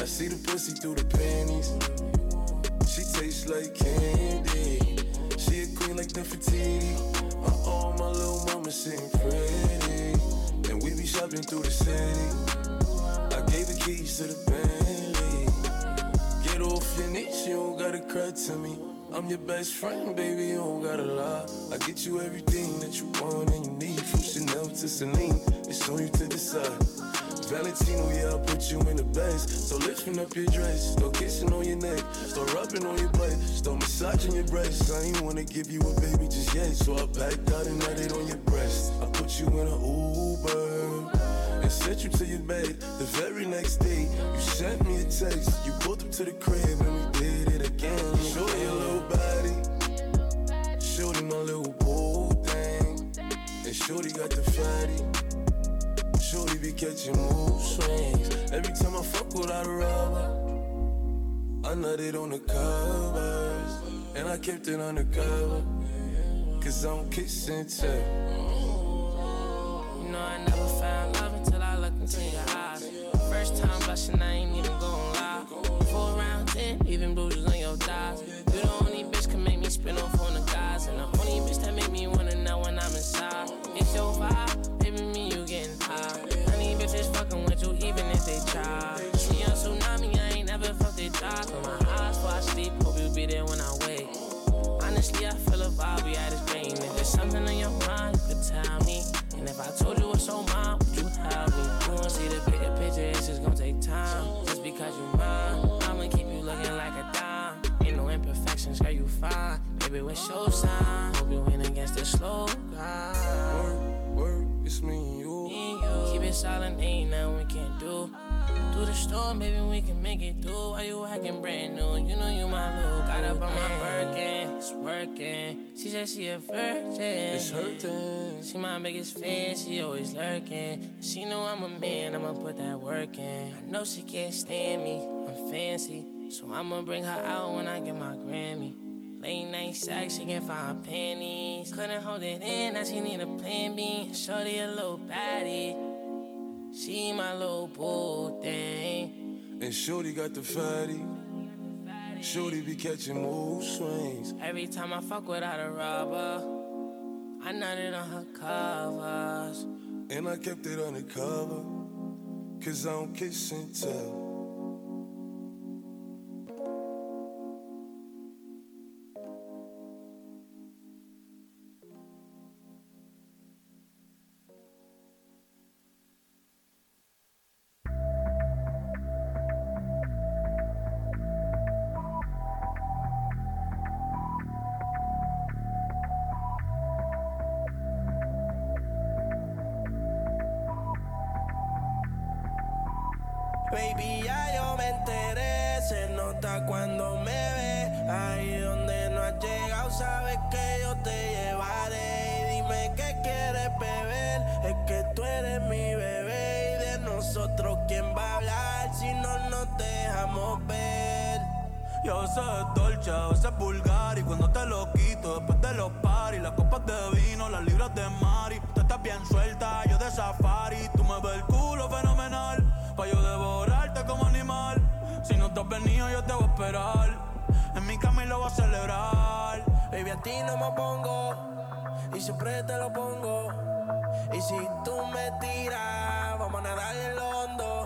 [SPEAKER 8] I see the pussy through the panties. She tastes like candy. She a queen like Nefertiti. My all my little mama sitting pretty. And we be shopping through the city. I gave the keys to the Bentley. Get off your knees, you don't gotta cry to me. I'm your best friend, baby, you don't gotta lie. I get you everything that you want and you need, from Chanel to Celine. It's on you to decide. Valentino, yeah, I put you in the best. So lifting up your dress, start kissing on your neck, start rubbing on your butt, start massaging your breasts. I ain't wanna give you a baby just yet, so I backed out and nutted on your breast. I put you in an Uber and sent you to your bed. The very next day, you sent me a text. You pulled up to the crib and we did it again. Shorty your little body, shorty my little boo thing, and shorty got the fatty. Shorty be catching mood swings. Every time I fuck without a rubber, I nutted on the covers, and I kept it undercover. Cause I don't kiss and tell.
[SPEAKER 9] You know I never found love until I looked into your eyes. First time blushing, I ain't even gon' lie. Four round ten, even bruises on your thighs. You the only bitch can make me spin off on the guys, and the only bitch that make me wanna know when I'm inside. It's your vibe, baby, me you getting high. Honey bitches fucking with you even if they try. She a tsunami, I ain't never felt it dry. Close my eyes while I sleep, hope you be there when I wake. Honestly, I feel a vibe, we out of game. If there's something on your mind, you could tell me. And if I told you it's on mine, would you have me? You won't see the bigger picture, it's just gonna take time. Just because you mine, I'ma keep you looking like a dime. Ain't no imperfections, girl, you fine. Baby, what's your sign? Hope you win against the slow grind.
[SPEAKER 8] Work, work, it's me and you.
[SPEAKER 9] Keep it silent, ain't nothing we can't do. Through the storm, baby, we can make it through. Why you acting brand new? You know you my little Got up on my Birkin, it's working. She said she a virgin.
[SPEAKER 8] It's hurting.
[SPEAKER 9] She my biggest fan, she always lurking. She know I'm a man, I'ma put that work in. I know she can't stand me, I'm fancy. So I'ma bring her out when I get my Grammy. Late night sex, she can find her panties. Couldn't hold it in, now she need a plan B. Shorty a little baddie. She my little boo thing.
[SPEAKER 8] And Shorty got the fatty. Shorty be catching mood swings.
[SPEAKER 9] Every time I fuck without a rubber, I nutted on her covers.
[SPEAKER 8] And I kept it undercover. Cause I don't kiss and tell.
[SPEAKER 9] Baby, ya yo me enteré, se nota cuando me ve. Ahí donde no has llegado, sabes que yo te llevaré. Y dime qué quieres beber, es que tú eres mi bebé. Y de nosotros, ¿quién va a hablar si no nos dejamos ver?
[SPEAKER 10] Yo sé es dolce, a veces es vulgar y cuando te lo quito después de los paris, las copas de vino, las libras de Mari, tú estás bien suelta, yo de safari, tú me ves el culo fenomenal, pa' yo devorarte como animal, si no te has venido yo te voy a esperar, en mi cama y lo voy a celebrar,
[SPEAKER 9] Baby, a ti no me pongo y siempre te lo pongo. Y si tú me tiras, vamos a nadar en lo hondo.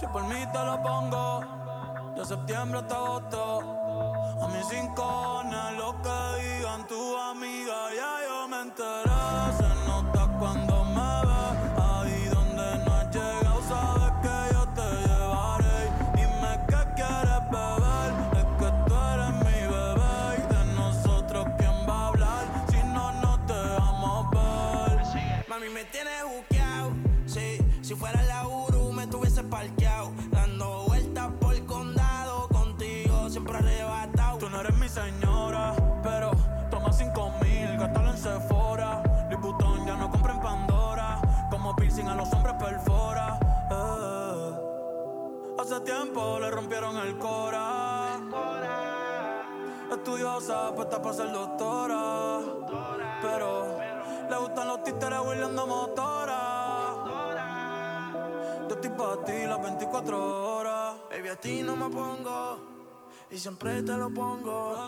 [SPEAKER 10] Si por mí te lo pongo, de septiembre hasta agosto. A mis cinco cojones lo que digan tu amiga, ya yo me enteré. Se nota cuando me ve, ahí donde no has llegado, sabes que yo te llevaré. Dime qué quieres beber, es que tú eres mi bebé. Y de nosotros, ¿quién va a hablar? Si no, no te vamos a ver.
[SPEAKER 9] Mami, me tienes buqueado. Sí, si fuera la Uru, me estuviese parqueado. Dando vueltas por el condado, contigo siempre arrebatado.
[SPEAKER 10] Tú no eres mi señora, pero toma cinco mil, gástalo en Sephora. Louis Vuitton ya no compra en Pandora, como piercing a los hombres perfora. eh. Hace tiempo le rompieron el cora. Estudiosa, puesta para ser doctora. Pero le gustan los títeres huirleando motora. Yo estoy para ti las 24 horas.
[SPEAKER 9] Baby, a ti no me pongo. Y siempre te lo pongo.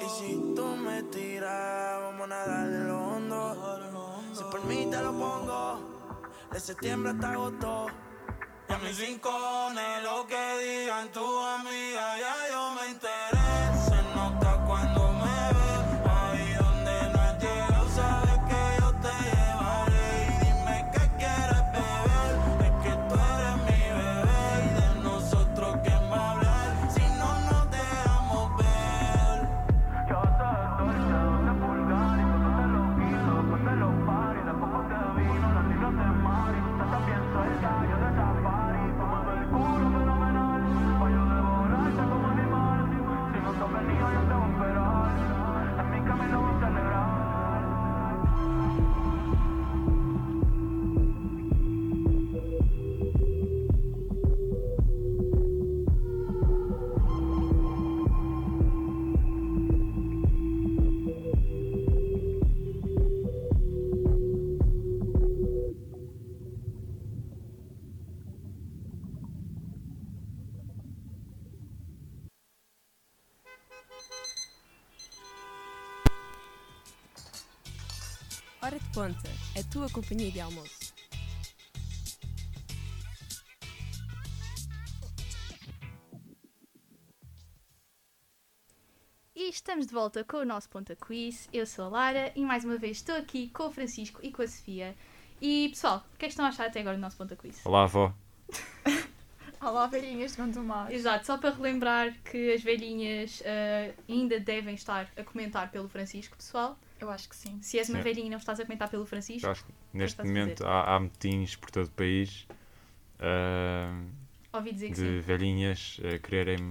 [SPEAKER 9] Y si tú me tiras, vamos a nadar en lo hondo. Si por mí te lo pongo. De septiembre hasta agosto.
[SPEAKER 10] Y a mis rincones lo que digan tu amiga ya yo me enteré Se nota cuando me ve Ahí donde no has llegado sabes que yo te llevaré Y dime qué quieres beber Es que tú eres mi bebé Y de nosotros quién va a hablar Si no nos dejamos ver Yo soy dueño de pulgar Y tú te lo quito, tú te lo pares La copa de vino, las libras de mar Y tú estás bien suelta, yo te safari Tómame el culo fenomenal Pa' yo devorarte como animal Si no te venido yo te voy a esperar En mi camino voy a celebrar
[SPEAKER 7] Hora de Ponta, a tua companhia de almoço.
[SPEAKER 1] E estamos de volta com o nosso Ponta Quiz. Eu sou a Lara e mais uma vez estou aqui com o Francisco e com a Sofia. E pessoal, o que é que estão a achar até agora do nosso Ponta Quiz?
[SPEAKER 3] Olá, avó.
[SPEAKER 2] Olá, velhinhas de Gondomar.
[SPEAKER 1] Exato, só para relembrar que as velhinhas ah, ainda devem estar a comentar pelo Francisco, pessoal.
[SPEAKER 2] Eu acho que sim.
[SPEAKER 1] Se és uma
[SPEAKER 3] Sim.
[SPEAKER 1] velhinha e não estás a comentar pelo Francisco,
[SPEAKER 3] Eu acho que neste
[SPEAKER 1] é estás a
[SPEAKER 3] momento
[SPEAKER 1] fazer?
[SPEAKER 3] há, há motins por todo o país ah,
[SPEAKER 1] ouvi dizer que sim.
[SPEAKER 3] de velhinhas a quererem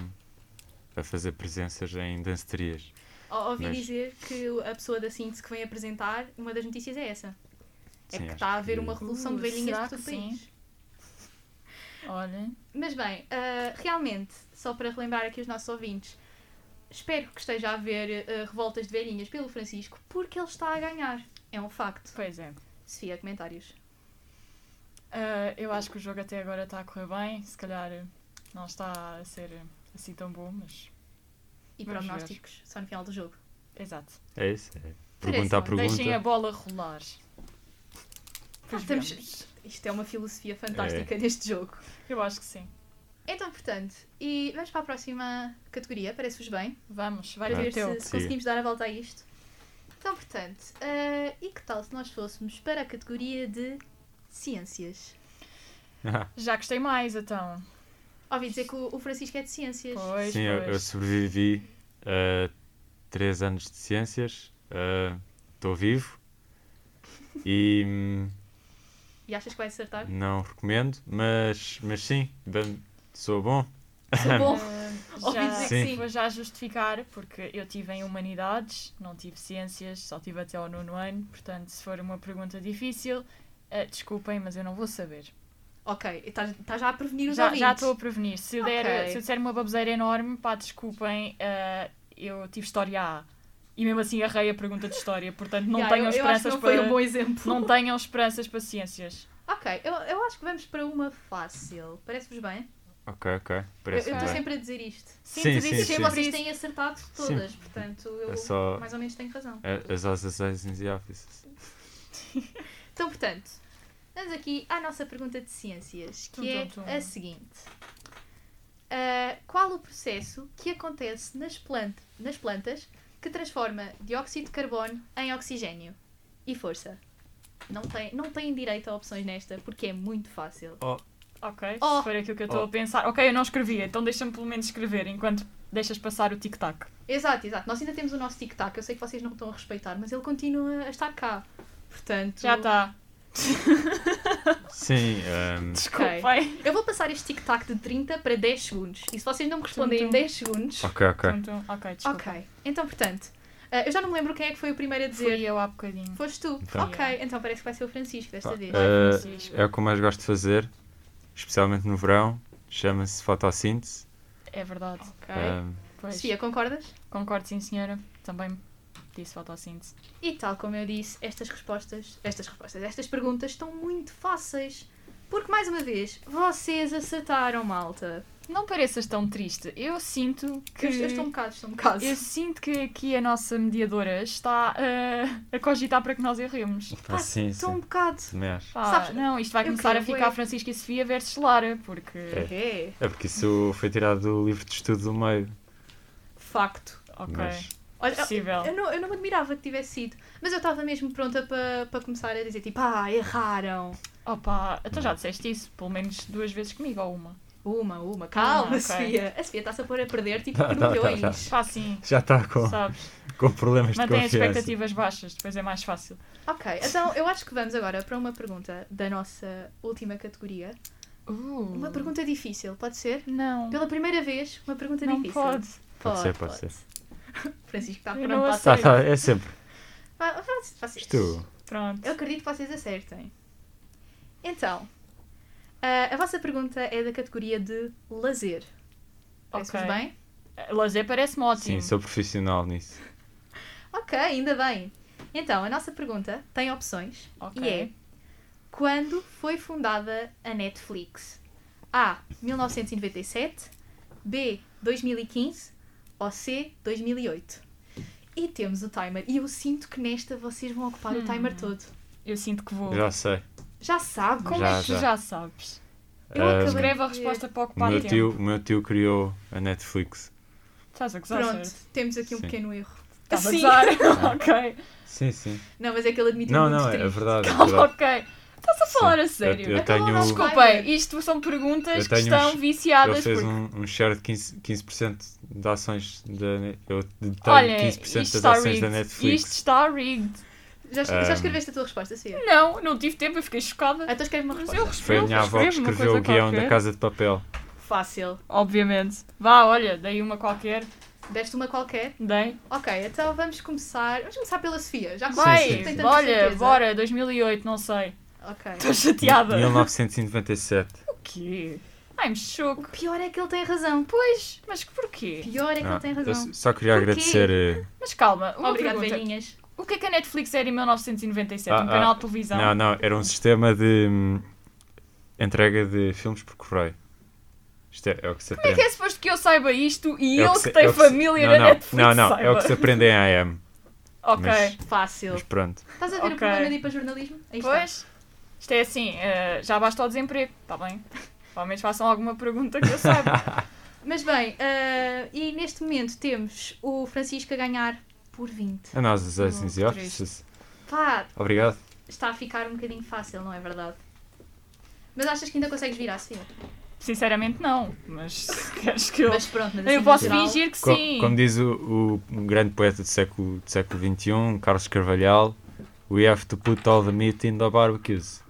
[SPEAKER 3] a fazer presenças em danceterias.
[SPEAKER 1] Ou- Ouvi
[SPEAKER 3] Mas-
[SPEAKER 1] dizer que a pessoa da síntese que vem apresentar, uma das notícias é essa. É
[SPEAKER 3] Sim,
[SPEAKER 1] que
[SPEAKER 3] acho
[SPEAKER 1] está a haver
[SPEAKER 3] que-
[SPEAKER 1] uma revolução de
[SPEAKER 2] Uh,
[SPEAKER 1] velhinhas
[SPEAKER 2] será
[SPEAKER 1] por todo o
[SPEAKER 2] que sim?
[SPEAKER 1] país.
[SPEAKER 2] Olha,
[SPEAKER 1] Mas bem, ah, realmente, só para relembrar aqui os nossos ouvintes, espero que esteja a haver ah, revoltas de velhinhas pelo Francisco, porque ele está a ganhar. É um facto.
[SPEAKER 2] pois é.
[SPEAKER 1] Sofia, comentários.
[SPEAKER 2] Ah, eu acho que o jogo até agora está a correr bem. Se calhar eh, não está a ser eh, assim tão bom, mas.
[SPEAKER 1] E
[SPEAKER 2] Vamos ver.
[SPEAKER 1] prognósticos, só no final do jogo.
[SPEAKER 2] Exato.
[SPEAKER 3] É isso? É. Pergunta a
[SPEAKER 1] Parece-me.
[SPEAKER 2] Deixem
[SPEAKER 3] pergunta.
[SPEAKER 2] a bola rolar. Pois
[SPEAKER 1] Ah, Estamos-
[SPEAKER 2] vemos.
[SPEAKER 1] Isto é uma filosofia
[SPEAKER 3] É.
[SPEAKER 1] fantástica neste jogo.
[SPEAKER 2] Eu acho que sim.
[SPEAKER 1] Então, portanto, e vamos para a próxima categoria, parece-vos bem?
[SPEAKER 2] Vamos, vai
[SPEAKER 1] para
[SPEAKER 2] ter
[SPEAKER 1] ver
[SPEAKER 2] teu.
[SPEAKER 1] se, se conseguimos dar a volta a isto. Então, portanto, eh, e que tal se nós fôssemos para a categoria de ciências?
[SPEAKER 3] Ah,
[SPEAKER 2] Já gostei mais, então.
[SPEAKER 1] Ouvi dizer que o, o Francisco é de ciências.
[SPEAKER 2] Pois,
[SPEAKER 3] Sim, eu, eu
[SPEAKER 2] pois.
[SPEAKER 3] sobrevivi a três anos de ciências. ah, Estou vivo. E hum,
[SPEAKER 1] E achas que vai acertar?
[SPEAKER 3] não recomendo, mas, mas sim, ban- sou bom.
[SPEAKER 1] Sou bom.
[SPEAKER 2] Ah,
[SPEAKER 1] Ouvi
[SPEAKER 2] já,
[SPEAKER 1] dizer
[SPEAKER 3] que sim.
[SPEAKER 2] Vou já justificar, porque eu tive em Humanidades, não tive Ciências, só tive até ao nono ano. Portanto, se for uma pergunta difícil, ah, desculpem, mas eu não vou saber.
[SPEAKER 1] Ok, estás estás já a prevenir os
[SPEAKER 2] Já
[SPEAKER 1] ouvintes.
[SPEAKER 2] já estou a prevenir. Se,
[SPEAKER 1] Ok.
[SPEAKER 2] der, se eu disser uma baboseira enorme, pá, desculpem, ah, eu tive História A. E mesmo assim arrei a pergunta de História, portanto não
[SPEAKER 1] Yeah,
[SPEAKER 2] tenham
[SPEAKER 1] eu, eu acho que
[SPEAKER 2] esperanças
[SPEAKER 1] não
[SPEAKER 2] para...
[SPEAKER 1] foi um bom exemplo.
[SPEAKER 2] Não tenham esperanças para ciências.
[SPEAKER 1] Ok, eu, eu acho que vamos para uma fácil. Parece-vos bem?
[SPEAKER 3] Ok, ok.
[SPEAKER 1] Eu eu
[SPEAKER 3] Parece
[SPEAKER 1] estou
[SPEAKER 3] bem.
[SPEAKER 1] sempre a dizer isto.
[SPEAKER 3] Sim,
[SPEAKER 2] tu
[SPEAKER 3] sim,
[SPEAKER 2] dizes
[SPEAKER 3] sim.
[SPEAKER 2] sempre
[SPEAKER 1] Vocês
[SPEAKER 2] isso.
[SPEAKER 1] têm acertado todas, portanto eu
[SPEAKER 3] É só- É.
[SPEAKER 1] mais ou menos tenho razão.
[SPEAKER 3] A- As osas in the office.
[SPEAKER 1] Então, portanto, ah, Vamos aqui à nossa pergunta de ciências, que
[SPEAKER 2] Tum,
[SPEAKER 1] é
[SPEAKER 2] tum, tum.
[SPEAKER 1] a seguinte. Ah, qual o processo que acontece nas, plant nas plantas que transforma dióxido de carbono em oxigênio? E força. Não têm não tem direito a opções nesta, porque é muito fácil.
[SPEAKER 3] Oh,
[SPEAKER 2] Ok,
[SPEAKER 1] Oh.
[SPEAKER 2] se for aquilo que eu estou
[SPEAKER 1] Oh.
[SPEAKER 2] a pensar. Ok, eu não escrevi, então deixa-me pelo menos escrever enquanto deixas passar o tic-tac.
[SPEAKER 1] Exato, exato. Nós ainda temos o nosso tic-tac. Eu sei que vocês não estão a respeitar, mas ele continua a estar cá. Portanto.
[SPEAKER 2] Já está.
[SPEAKER 3] Sim, ehm,
[SPEAKER 1] Ok. Eu vou passar este tic-tac de 30 para 10 segundos. E se vocês não me responderem em 10 segundos.
[SPEAKER 3] Ok, ok. Tum,
[SPEAKER 2] ok,
[SPEAKER 1] Ok. Então, portanto, eh, eu já não me lembro quem é que foi o primeiro a dizer. Fui
[SPEAKER 2] eu há bocadinho.
[SPEAKER 1] Foste tu.
[SPEAKER 3] Então.
[SPEAKER 1] Ok, então parece que vai ser o Francisco desta vez.
[SPEAKER 3] eh,
[SPEAKER 1] um
[SPEAKER 3] é o que eu mais gosto de fazer, especialmente no verão. Chama-se fotossíntese.
[SPEAKER 2] É verdade. Ok.
[SPEAKER 3] Ahm.
[SPEAKER 1] Sofia, concordas?
[SPEAKER 2] Concordo, sim, senhora. Também disse fotossíntese.
[SPEAKER 1] E tal como eu disse, estas respostas, estas respostas, estas perguntas estão muito fáceis. Porque, mais uma vez, vocês acertaram, malta.
[SPEAKER 2] Não pareças tão triste. Eu sinto que.
[SPEAKER 1] Eu- eu estou um bocado, estou um bocado.
[SPEAKER 2] Eu sinto que aqui a nossa mediadora está ah, a cogitar para que nós erremos.
[SPEAKER 3] Pá, Ah, sim,
[SPEAKER 2] estou
[SPEAKER 3] sim.
[SPEAKER 2] um bocado.
[SPEAKER 3] Também acho.
[SPEAKER 2] Pá,
[SPEAKER 1] Sabes,
[SPEAKER 2] não, isto vai
[SPEAKER 1] eu
[SPEAKER 2] começar a
[SPEAKER 1] quero
[SPEAKER 2] ficar
[SPEAKER 1] bué.
[SPEAKER 2] Francisca e Sofia versus Lara, porque.
[SPEAKER 1] Uhum.
[SPEAKER 3] É. É porque isso foi tirado do livro de estudo do meio.
[SPEAKER 1] Facto.
[SPEAKER 2] Ok.
[SPEAKER 3] Mas-
[SPEAKER 1] Olha,
[SPEAKER 2] É Possível.
[SPEAKER 1] Eu, eu não, eu não me admirava que tivesse sido, mas eu estava mesmo pronta para para começar a dizer tipo, ah, erraram.
[SPEAKER 2] Opa, então já disseste isso, pelo menos duas vezes comigo, ou uma. Ah,
[SPEAKER 1] Uma, uma, Calma,
[SPEAKER 2] ok.
[SPEAKER 1] Sofia. A Sofia está-se a pôr a perder tipo
[SPEAKER 3] Tá,
[SPEAKER 1] por
[SPEAKER 3] tá, tá,
[SPEAKER 1] milhões.
[SPEAKER 3] tá.
[SPEAKER 2] Pá, sim.
[SPEAKER 3] Já está com,
[SPEAKER 2] Sabes?
[SPEAKER 3] com problemas
[SPEAKER 2] Mantém as
[SPEAKER 3] de confiança.
[SPEAKER 2] expectativas baixas, depois é mais fácil.
[SPEAKER 1] Ok, então eu acho que vamos agora para uma pergunta da nossa última categoria. Uma pergunta difícil, pode ser?
[SPEAKER 2] Uh. Não.
[SPEAKER 1] Pela primeira vez, uma pergunta
[SPEAKER 2] Não
[SPEAKER 1] difícil.
[SPEAKER 2] pode.
[SPEAKER 3] Pode ser, pode ser.
[SPEAKER 1] Francisco está
[SPEAKER 2] Eu
[SPEAKER 1] pronto
[SPEAKER 2] não
[SPEAKER 1] para
[SPEAKER 3] Tá,
[SPEAKER 1] acertar.
[SPEAKER 3] tá, é sempre.
[SPEAKER 1] Vá- vá- vocês-
[SPEAKER 3] Tu.
[SPEAKER 2] Pronto.
[SPEAKER 1] Eu acredito que vocês acertem. Então, ah, a vossa pergunta é da categoria de lazer. Parece-vos
[SPEAKER 2] Ok. Eh,
[SPEAKER 1] bem?
[SPEAKER 2] Lazer parece-me ótimo.
[SPEAKER 3] Sim, sou profissional nisso.
[SPEAKER 1] Ok, ainda bem. Então, a nossa pergunta tem opções
[SPEAKER 2] Ok.
[SPEAKER 1] e é: Quando foi fundada a Netflix? A. 1997, B. 2015 ou C. 2008? E temos o timer. E eu sinto que nesta vocês vão ocupar o
[SPEAKER 2] Hum.
[SPEAKER 1] timer todo.
[SPEAKER 2] Eu sinto que vou.
[SPEAKER 3] Já sei.
[SPEAKER 1] Já sabe?
[SPEAKER 2] Como
[SPEAKER 3] Já,
[SPEAKER 2] é que tu
[SPEAKER 3] já.
[SPEAKER 2] já sabes? Eu
[SPEAKER 3] Ah,
[SPEAKER 2] escrevo a resposta para
[SPEAKER 3] O
[SPEAKER 2] ocupar
[SPEAKER 3] meu,
[SPEAKER 2] tempo.
[SPEAKER 3] tio, o meu tio criou a Netflix.
[SPEAKER 2] Estás a gozar,
[SPEAKER 1] Pronto,
[SPEAKER 2] certo?
[SPEAKER 1] temos aqui um
[SPEAKER 3] Sim.
[SPEAKER 1] pequeno erro.
[SPEAKER 2] Estás a
[SPEAKER 1] Sim.
[SPEAKER 2] gozar? ok.
[SPEAKER 3] Sim, sim.
[SPEAKER 1] Não, mas é que ele admitiu
[SPEAKER 3] Não,
[SPEAKER 1] muito
[SPEAKER 3] não, é
[SPEAKER 1] triste.
[SPEAKER 3] verdade. é
[SPEAKER 2] Calma,
[SPEAKER 3] verdade.
[SPEAKER 2] ok. Estás a falar a sério?
[SPEAKER 3] eu
[SPEAKER 2] Então
[SPEAKER 3] tenho-
[SPEAKER 2] não, Desculpem, isto são perguntas que
[SPEAKER 3] uns-
[SPEAKER 2] estão viciadas
[SPEAKER 3] Ele fez
[SPEAKER 2] porque.
[SPEAKER 3] um, um share de 15%, 15 de ações da Net- Eu tenho
[SPEAKER 2] Olha,
[SPEAKER 3] 15%
[SPEAKER 2] isto
[SPEAKER 3] das
[SPEAKER 2] está
[SPEAKER 3] ações
[SPEAKER 2] rigged.
[SPEAKER 3] da Netflix.
[SPEAKER 2] Isto está rigged.
[SPEAKER 1] Já,
[SPEAKER 3] es- já Ah.
[SPEAKER 1] escreveste a tua resposta, Cia?
[SPEAKER 2] Não, não tive tempo, eu fiquei chocada.
[SPEAKER 1] Então escreve uma
[SPEAKER 2] resposta. Mas eu
[SPEAKER 3] Foi a minha avó que escreveu o guião da Casa de Papel.
[SPEAKER 1] Fácil.
[SPEAKER 2] Obviamente. Vá, olha, dei uma qualquer.
[SPEAKER 1] Deste uma qualquer?
[SPEAKER 2] Dei.
[SPEAKER 1] Ok, então vamos começar. Vamos começar pela Sofia. Já que
[SPEAKER 2] Vai,
[SPEAKER 1] vocês têm tanta
[SPEAKER 2] olha,
[SPEAKER 1] certeza.
[SPEAKER 2] bora, 2008, não sei.
[SPEAKER 1] Ok.
[SPEAKER 2] Estou chateada.
[SPEAKER 3] 1997.
[SPEAKER 2] O quê? Ai, me choco. O
[SPEAKER 1] pior é que ele tem razão.
[SPEAKER 2] Pois, mas porquê?
[SPEAKER 1] Pior é que ele tem
[SPEAKER 3] eu
[SPEAKER 1] razão.
[SPEAKER 3] s- Ah, só queria
[SPEAKER 2] Porquê?
[SPEAKER 3] agradecer. eh,
[SPEAKER 2] Mas calma, uma
[SPEAKER 1] Obrigado,
[SPEAKER 2] pergunta.
[SPEAKER 1] velhinhas.
[SPEAKER 2] O que é que a Netflix era em 1997?
[SPEAKER 3] ah,
[SPEAKER 2] um
[SPEAKER 3] ah,
[SPEAKER 2] canal de televisão?
[SPEAKER 3] Não, não, era um sistema de hum, entrega de filmes por correio. Isto é, é o que se
[SPEAKER 2] Como é que
[SPEAKER 3] aprende.
[SPEAKER 2] é suposto que eu saiba isto e
[SPEAKER 3] É o
[SPEAKER 2] eu
[SPEAKER 3] que
[SPEAKER 2] que,
[SPEAKER 3] se- é
[SPEAKER 2] tenho
[SPEAKER 3] o que se-
[SPEAKER 2] família
[SPEAKER 3] não,
[SPEAKER 2] na
[SPEAKER 3] não,
[SPEAKER 2] Netflix
[SPEAKER 3] Não, não, é o que se
[SPEAKER 2] saiba?
[SPEAKER 3] aprende em AM.
[SPEAKER 2] Ok,
[SPEAKER 3] Mas-
[SPEAKER 1] fácil.
[SPEAKER 3] Mas pronto.
[SPEAKER 1] Estás a ver o
[SPEAKER 2] Ok.
[SPEAKER 1] problema de ir para jornalismo? Aí está.
[SPEAKER 2] Pois, isto é assim, eh, já basta o desemprego, está bem? Pelo menos façam alguma pergunta que eu saiba.
[SPEAKER 1] Mas bem, ah, e neste momento temos o Francisco a ganhar por 20.
[SPEAKER 3] A nós, os Assassins e
[SPEAKER 1] Oh,
[SPEAKER 3] Offices.
[SPEAKER 1] Pá,
[SPEAKER 3] Obrigado.
[SPEAKER 1] está a ficar um bocadinho fácil, não é verdade? Mas achas que ainda consegues virar, Sofia?
[SPEAKER 2] Sinceramente não, mas se queres que eu...
[SPEAKER 1] Mas pronto, mas assim,
[SPEAKER 2] eu posso
[SPEAKER 1] no geral-
[SPEAKER 2] fingir que
[SPEAKER 3] Co-
[SPEAKER 2] sim.
[SPEAKER 3] como diz o, o- um grande poeta do século, do século XXI, Carlos Carvalhal, we have to put all the meat in the barbecues.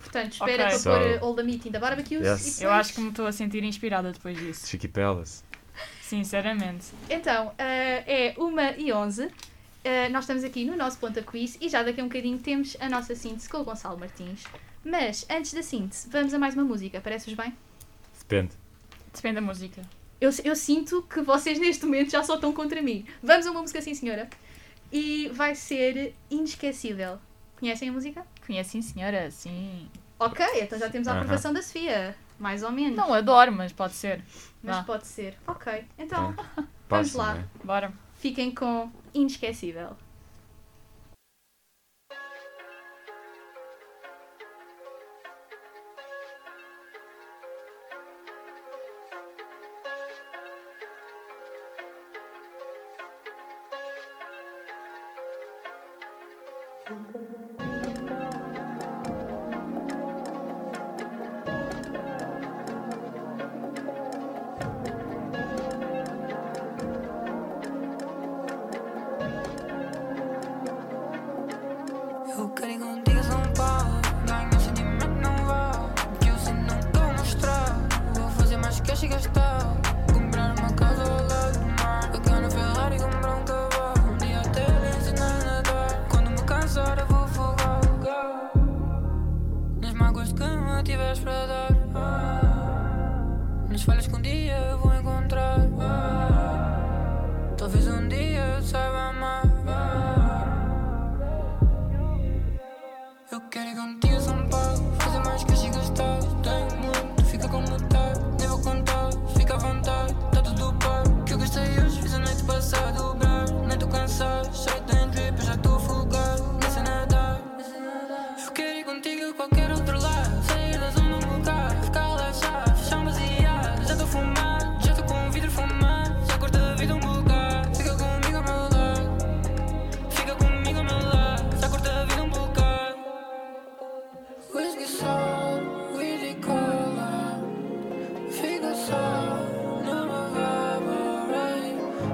[SPEAKER 1] Portanto, espera
[SPEAKER 2] Ok.
[SPEAKER 1] para
[SPEAKER 3] So-
[SPEAKER 1] pôr eh, all the meat in the barbecue.
[SPEAKER 3] Yes.
[SPEAKER 2] Eu acho que me estou a sentir inspirada depois disso,
[SPEAKER 3] Chiqui Pelas.
[SPEAKER 2] sinceramente.
[SPEAKER 1] Então, ah, é 1 e 11. Ah, nós estamos aqui no nosso Ponta Quiz e já daqui a um bocadinho temos a nossa síntese com o Gonçalo Martins. Mas antes da síntese, vamos a mais uma música. Parece-vos bem?
[SPEAKER 3] Depende.
[SPEAKER 2] Depende da música.
[SPEAKER 1] Eu, eu sinto que vocês neste momento já só estão contra mim. Vamos a uma música, sim, senhora. E vai ser inesquecível. Conhecem a música?
[SPEAKER 2] Conhecem senhora, sim.
[SPEAKER 1] Ok, então já temos a
[SPEAKER 2] Aham.
[SPEAKER 1] aprovação da Sofia. Mais ou menos.
[SPEAKER 2] Não adoro, mas pode ser.
[SPEAKER 1] Mas
[SPEAKER 2] Vá.
[SPEAKER 1] pode ser. Ok, então vamos
[SPEAKER 3] Passa,
[SPEAKER 1] lá.
[SPEAKER 3] né?
[SPEAKER 2] Bora.
[SPEAKER 1] Fiquem com Inesquecível.
[SPEAKER 11] Eu quero engolir São Paulo, ganhar sentimento não vale. Que eu sei não vou mostrar. Vou fazer mais cash e gastar. Comprar uma casa ao lado do mar. Pegar na Ferrari e comprar um cavalo. Um dia até lhe ensinar a nadar. Quando me cansar, eu vou folgar. Nas mágoas que me tiveres para dar. Nas falhas que um dia eu vou encontrar. Talvez um dia eu saiba amar. Ah. Eu quero ir contigo a São Paulo Fazer mais que chegas tarde Tenho muito, fica com metade Nem vou contar, fica à vontade Tá tudo par Que eu gostei hoje, fiz a noite passada Dobrar, nem tô cansado Cheio de drip, eu já tô folgado Nem sei nadar Eu quero ir contigo a qualquer outro lado Sair da zona, mudar Ficar relaxado, fechar baseado Já tô fumado, já tô com o vidro fumado Já curto a vida um bocado Fica comigo ao meu lado Fica comigo ao meu lado Já curto a vida um bocado Whisky sour, whisky cola, fica só na barrabara,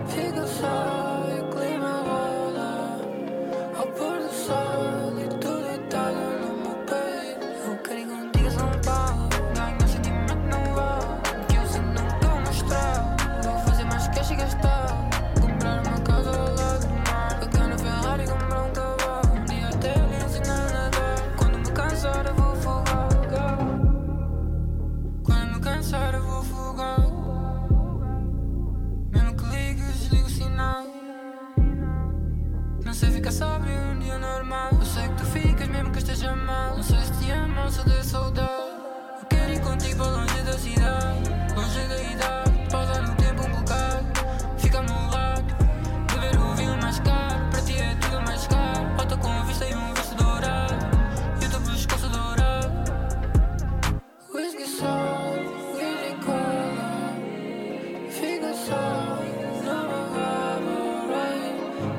[SPEAKER 11] fica só e o clima rola. Ao pôr do sol e tudo deitado no meu peito. Eu quero ir contigo a São Paulo, ganho sentimento não vale, que eu sei não vou mostrar. Vou fazer mais cash e gastar, comprar uma casa ao lado do mar, pegar na Ferrari e comprar um cavalo. Um dia até lhe ensinar a nadar. Quando me cansar eu vou folgar Quando me cansar eu vou folgar Mesmo que ligue, desligo o sinal Não sei ficar sóbrio um dia normal Eu sei que tu ficas mesmo que esteja mal Não sei se te amo ou se de saudade Eu quero ir contigo para longe da cidade Longe da idade Pausar no tempo um bocado Fica ao meu lado Beber o vinho mais caro Para ti é tudo mais caro Foto com vista e um verso dourado e o teu pescoço dourado Whisky sour, whisky cola Fica só na barrabara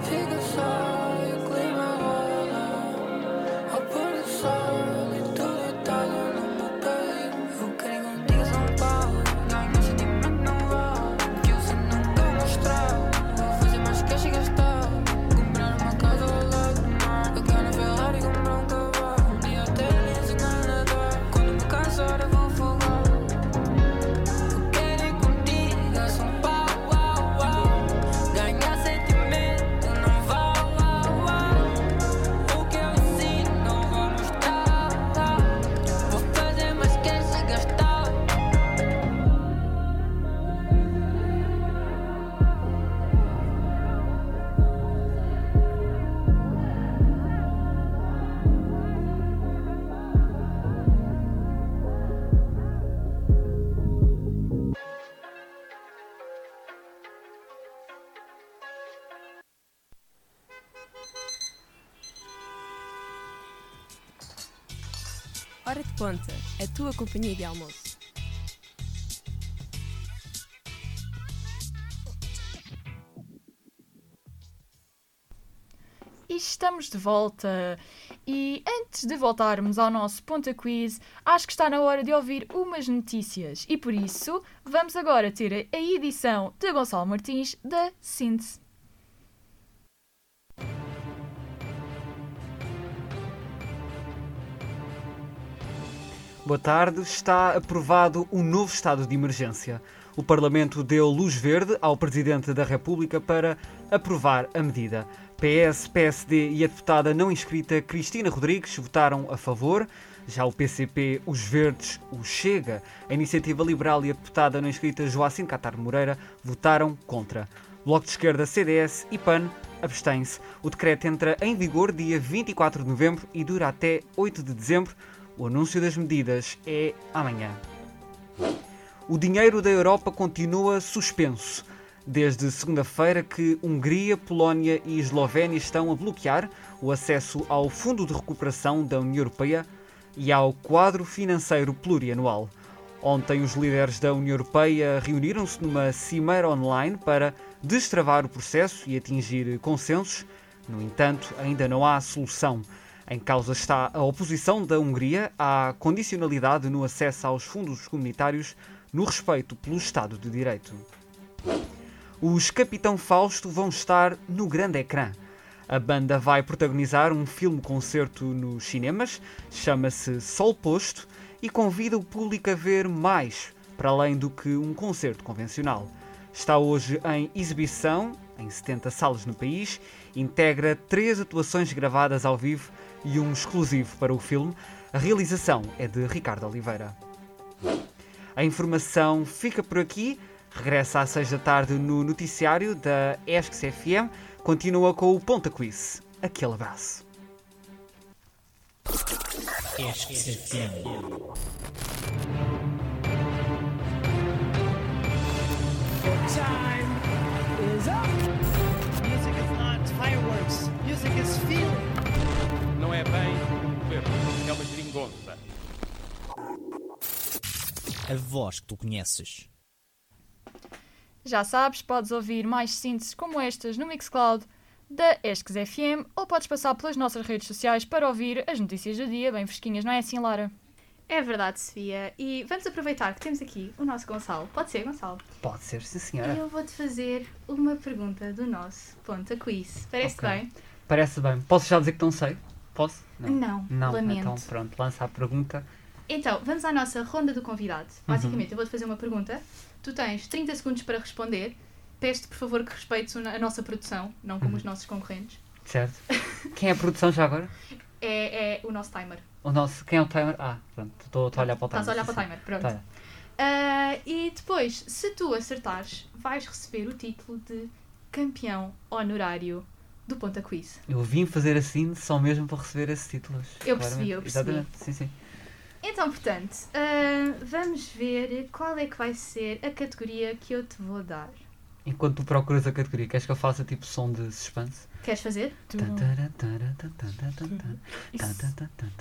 [SPEAKER 11] Fica só e o clima rola Ao pôr do sol e tudo deitado no meu peito Eu quero ir contigo a São Paulo Ganho sentimento não vale Que eu sei não vou mostrar Vou fazer mais que e gastar Comprar uma casa ao lado do mar Pegar na Ferrari e comprar um cavalo Um dia até lhe ensinar a nadar Quando me cansar eu vou folgar Eu quero ir contigo a São Paulo au, au. Ganhar sentimento não vale au, au. O que eu sinto não vou mostrar Vou fazer mais que se gastar
[SPEAKER 7] Hora de Ponta, a tua companhia de almoço.
[SPEAKER 2] E estamos de volta. E antes de voltarmos ao nosso Ponta Quiz, acho que está na hora de ouvir umas notícias. E por isso, vamos agora ter a edição de Gonçalo Martins da Síntese.
[SPEAKER 12] Boa tarde. Está aprovado um novo estado de emergência. O Parlamento deu luz verde ao Presidente da República para aprovar a medida. PS, PSD e a deputada não inscrita Cristina Rodrigues votaram a favor. Já o PCP, os Verdes, o Chega, a Iniciativa Liberal e a deputada não inscrita Joacim Catar Moreira votaram contra. Bloco de Esquerda, CDS e PAN abstêm-se. O decreto entra em vigor dia 24 de novembro e dura até 8 de dezembro. O anúncio das medidas é amanhã. O dinheiro da Europa continua suspenso. Desde segunda-feira que Hungria, Polónia e Eslovénia estão a bloquear o acesso ao Fundo de Recuperação da União Europeia e ao Quadro Financeiro Plurianual. Ontem, os líderes da União Europeia reuniram-se numa cimeira online para destravar o processo e atingir consensos No entanto, ainda não há solução. Em causa está a oposição da Hungria à condicionalidade no acesso aos fundos comunitários no respeito pelo Estado de Direito. Os Capitão Fausto vão estar no grande ecrã. A banda vai protagonizar um filme-concerto nos cinemas, chama-se Sol Posto, e convida o público a ver mais, para além do que um concerto convencional. Está hoje em exibição, em 70 salas no país, integra três atuações gravadas ao vivo e um exclusivo para o filme. A realização é de Ricardo Oliveira. A informação fica por aqui. Regressa às 6 da tarde no noticiário da ESC-FM. Continua com o Ponta Quiz. Aquele abraço.
[SPEAKER 13] Time is up. Music is not fireworks. Music is feeling.
[SPEAKER 14] Não é bem governo, é uma geringonça.
[SPEAKER 15] A voz que tu conheces.
[SPEAKER 2] Já sabes, podes ouvir mais sínteses como estas no Mixcloud da Esques FM ou podes passar pelas nossas redes sociais para ouvir as notícias do dia bem fresquinhas, não é assim, Lara?
[SPEAKER 1] É verdade, Sofia. E vamos aproveitar que temos aqui o nosso Gonçalo. Pode ser, Gonçalo?
[SPEAKER 12] Pode ser, sim senhora.
[SPEAKER 1] Eu vou-te fazer uma pergunta do nosso Ponta Quiz. Parece-te
[SPEAKER 12] Ok.
[SPEAKER 1] bem?
[SPEAKER 12] Parece bem. Posso já dizer que não sei? Posso?
[SPEAKER 1] Não, lamento.
[SPEAKER 12] Então pronto, lança a pergunta.
[SPEAKER 1] Então, vamos à nossa ronda do convidado.
[SPEAKER 12] Uhum.
[SPEAKER 1] Basicamente, eu vou-te fazer uma pergunta. Tu tens 30 segundos para responder. Peço-te, por favor, que respeites o- a nossa produção, não como os
[SPEAKER 12] Uhum.
[SPEAKER 1] nossos concorrentes.
[SPEAKER 12] Certo? Quem é a produção já agora?
[SPEAKER 1] É, é o nosso timer.
[SPEAKER 12] O nosso, quem é o timer? Ah, pronto, estou estou a olhar para o timer.
[SPEAKER 1] Estás a olhar
[SPEAKER 12] sim,
[SPEAKER 1] para o
[SPEAKER 12] sim.
[SPEAKER 1] timer, pronto.
[SPEAKER 12] Tá.
[SPEAKER 1] Ah, e depois, se tu acertares, vais receber o título de campeão honorário do Ponta Quiz.
[SPEAKER 12] Eu vim fazer assim só mesmo para receber esses títulos.
[SPEAKER 1] Eu percebi, eu
[SPEAKER 12] claramente.
[SPEAKER 1] percebi.
[SPEAKER 12] Exatamente, sim, sim.
[SPEAKER 1] Então, portanto, ah, vamos ver qual é que vai ser a categoria que eu te vou dar.
[SPEAKER 12] Enquanto tu procuras a categoria, queres que eu faça tipo som de suspense?
[SPEAKER 1] Queres fazer?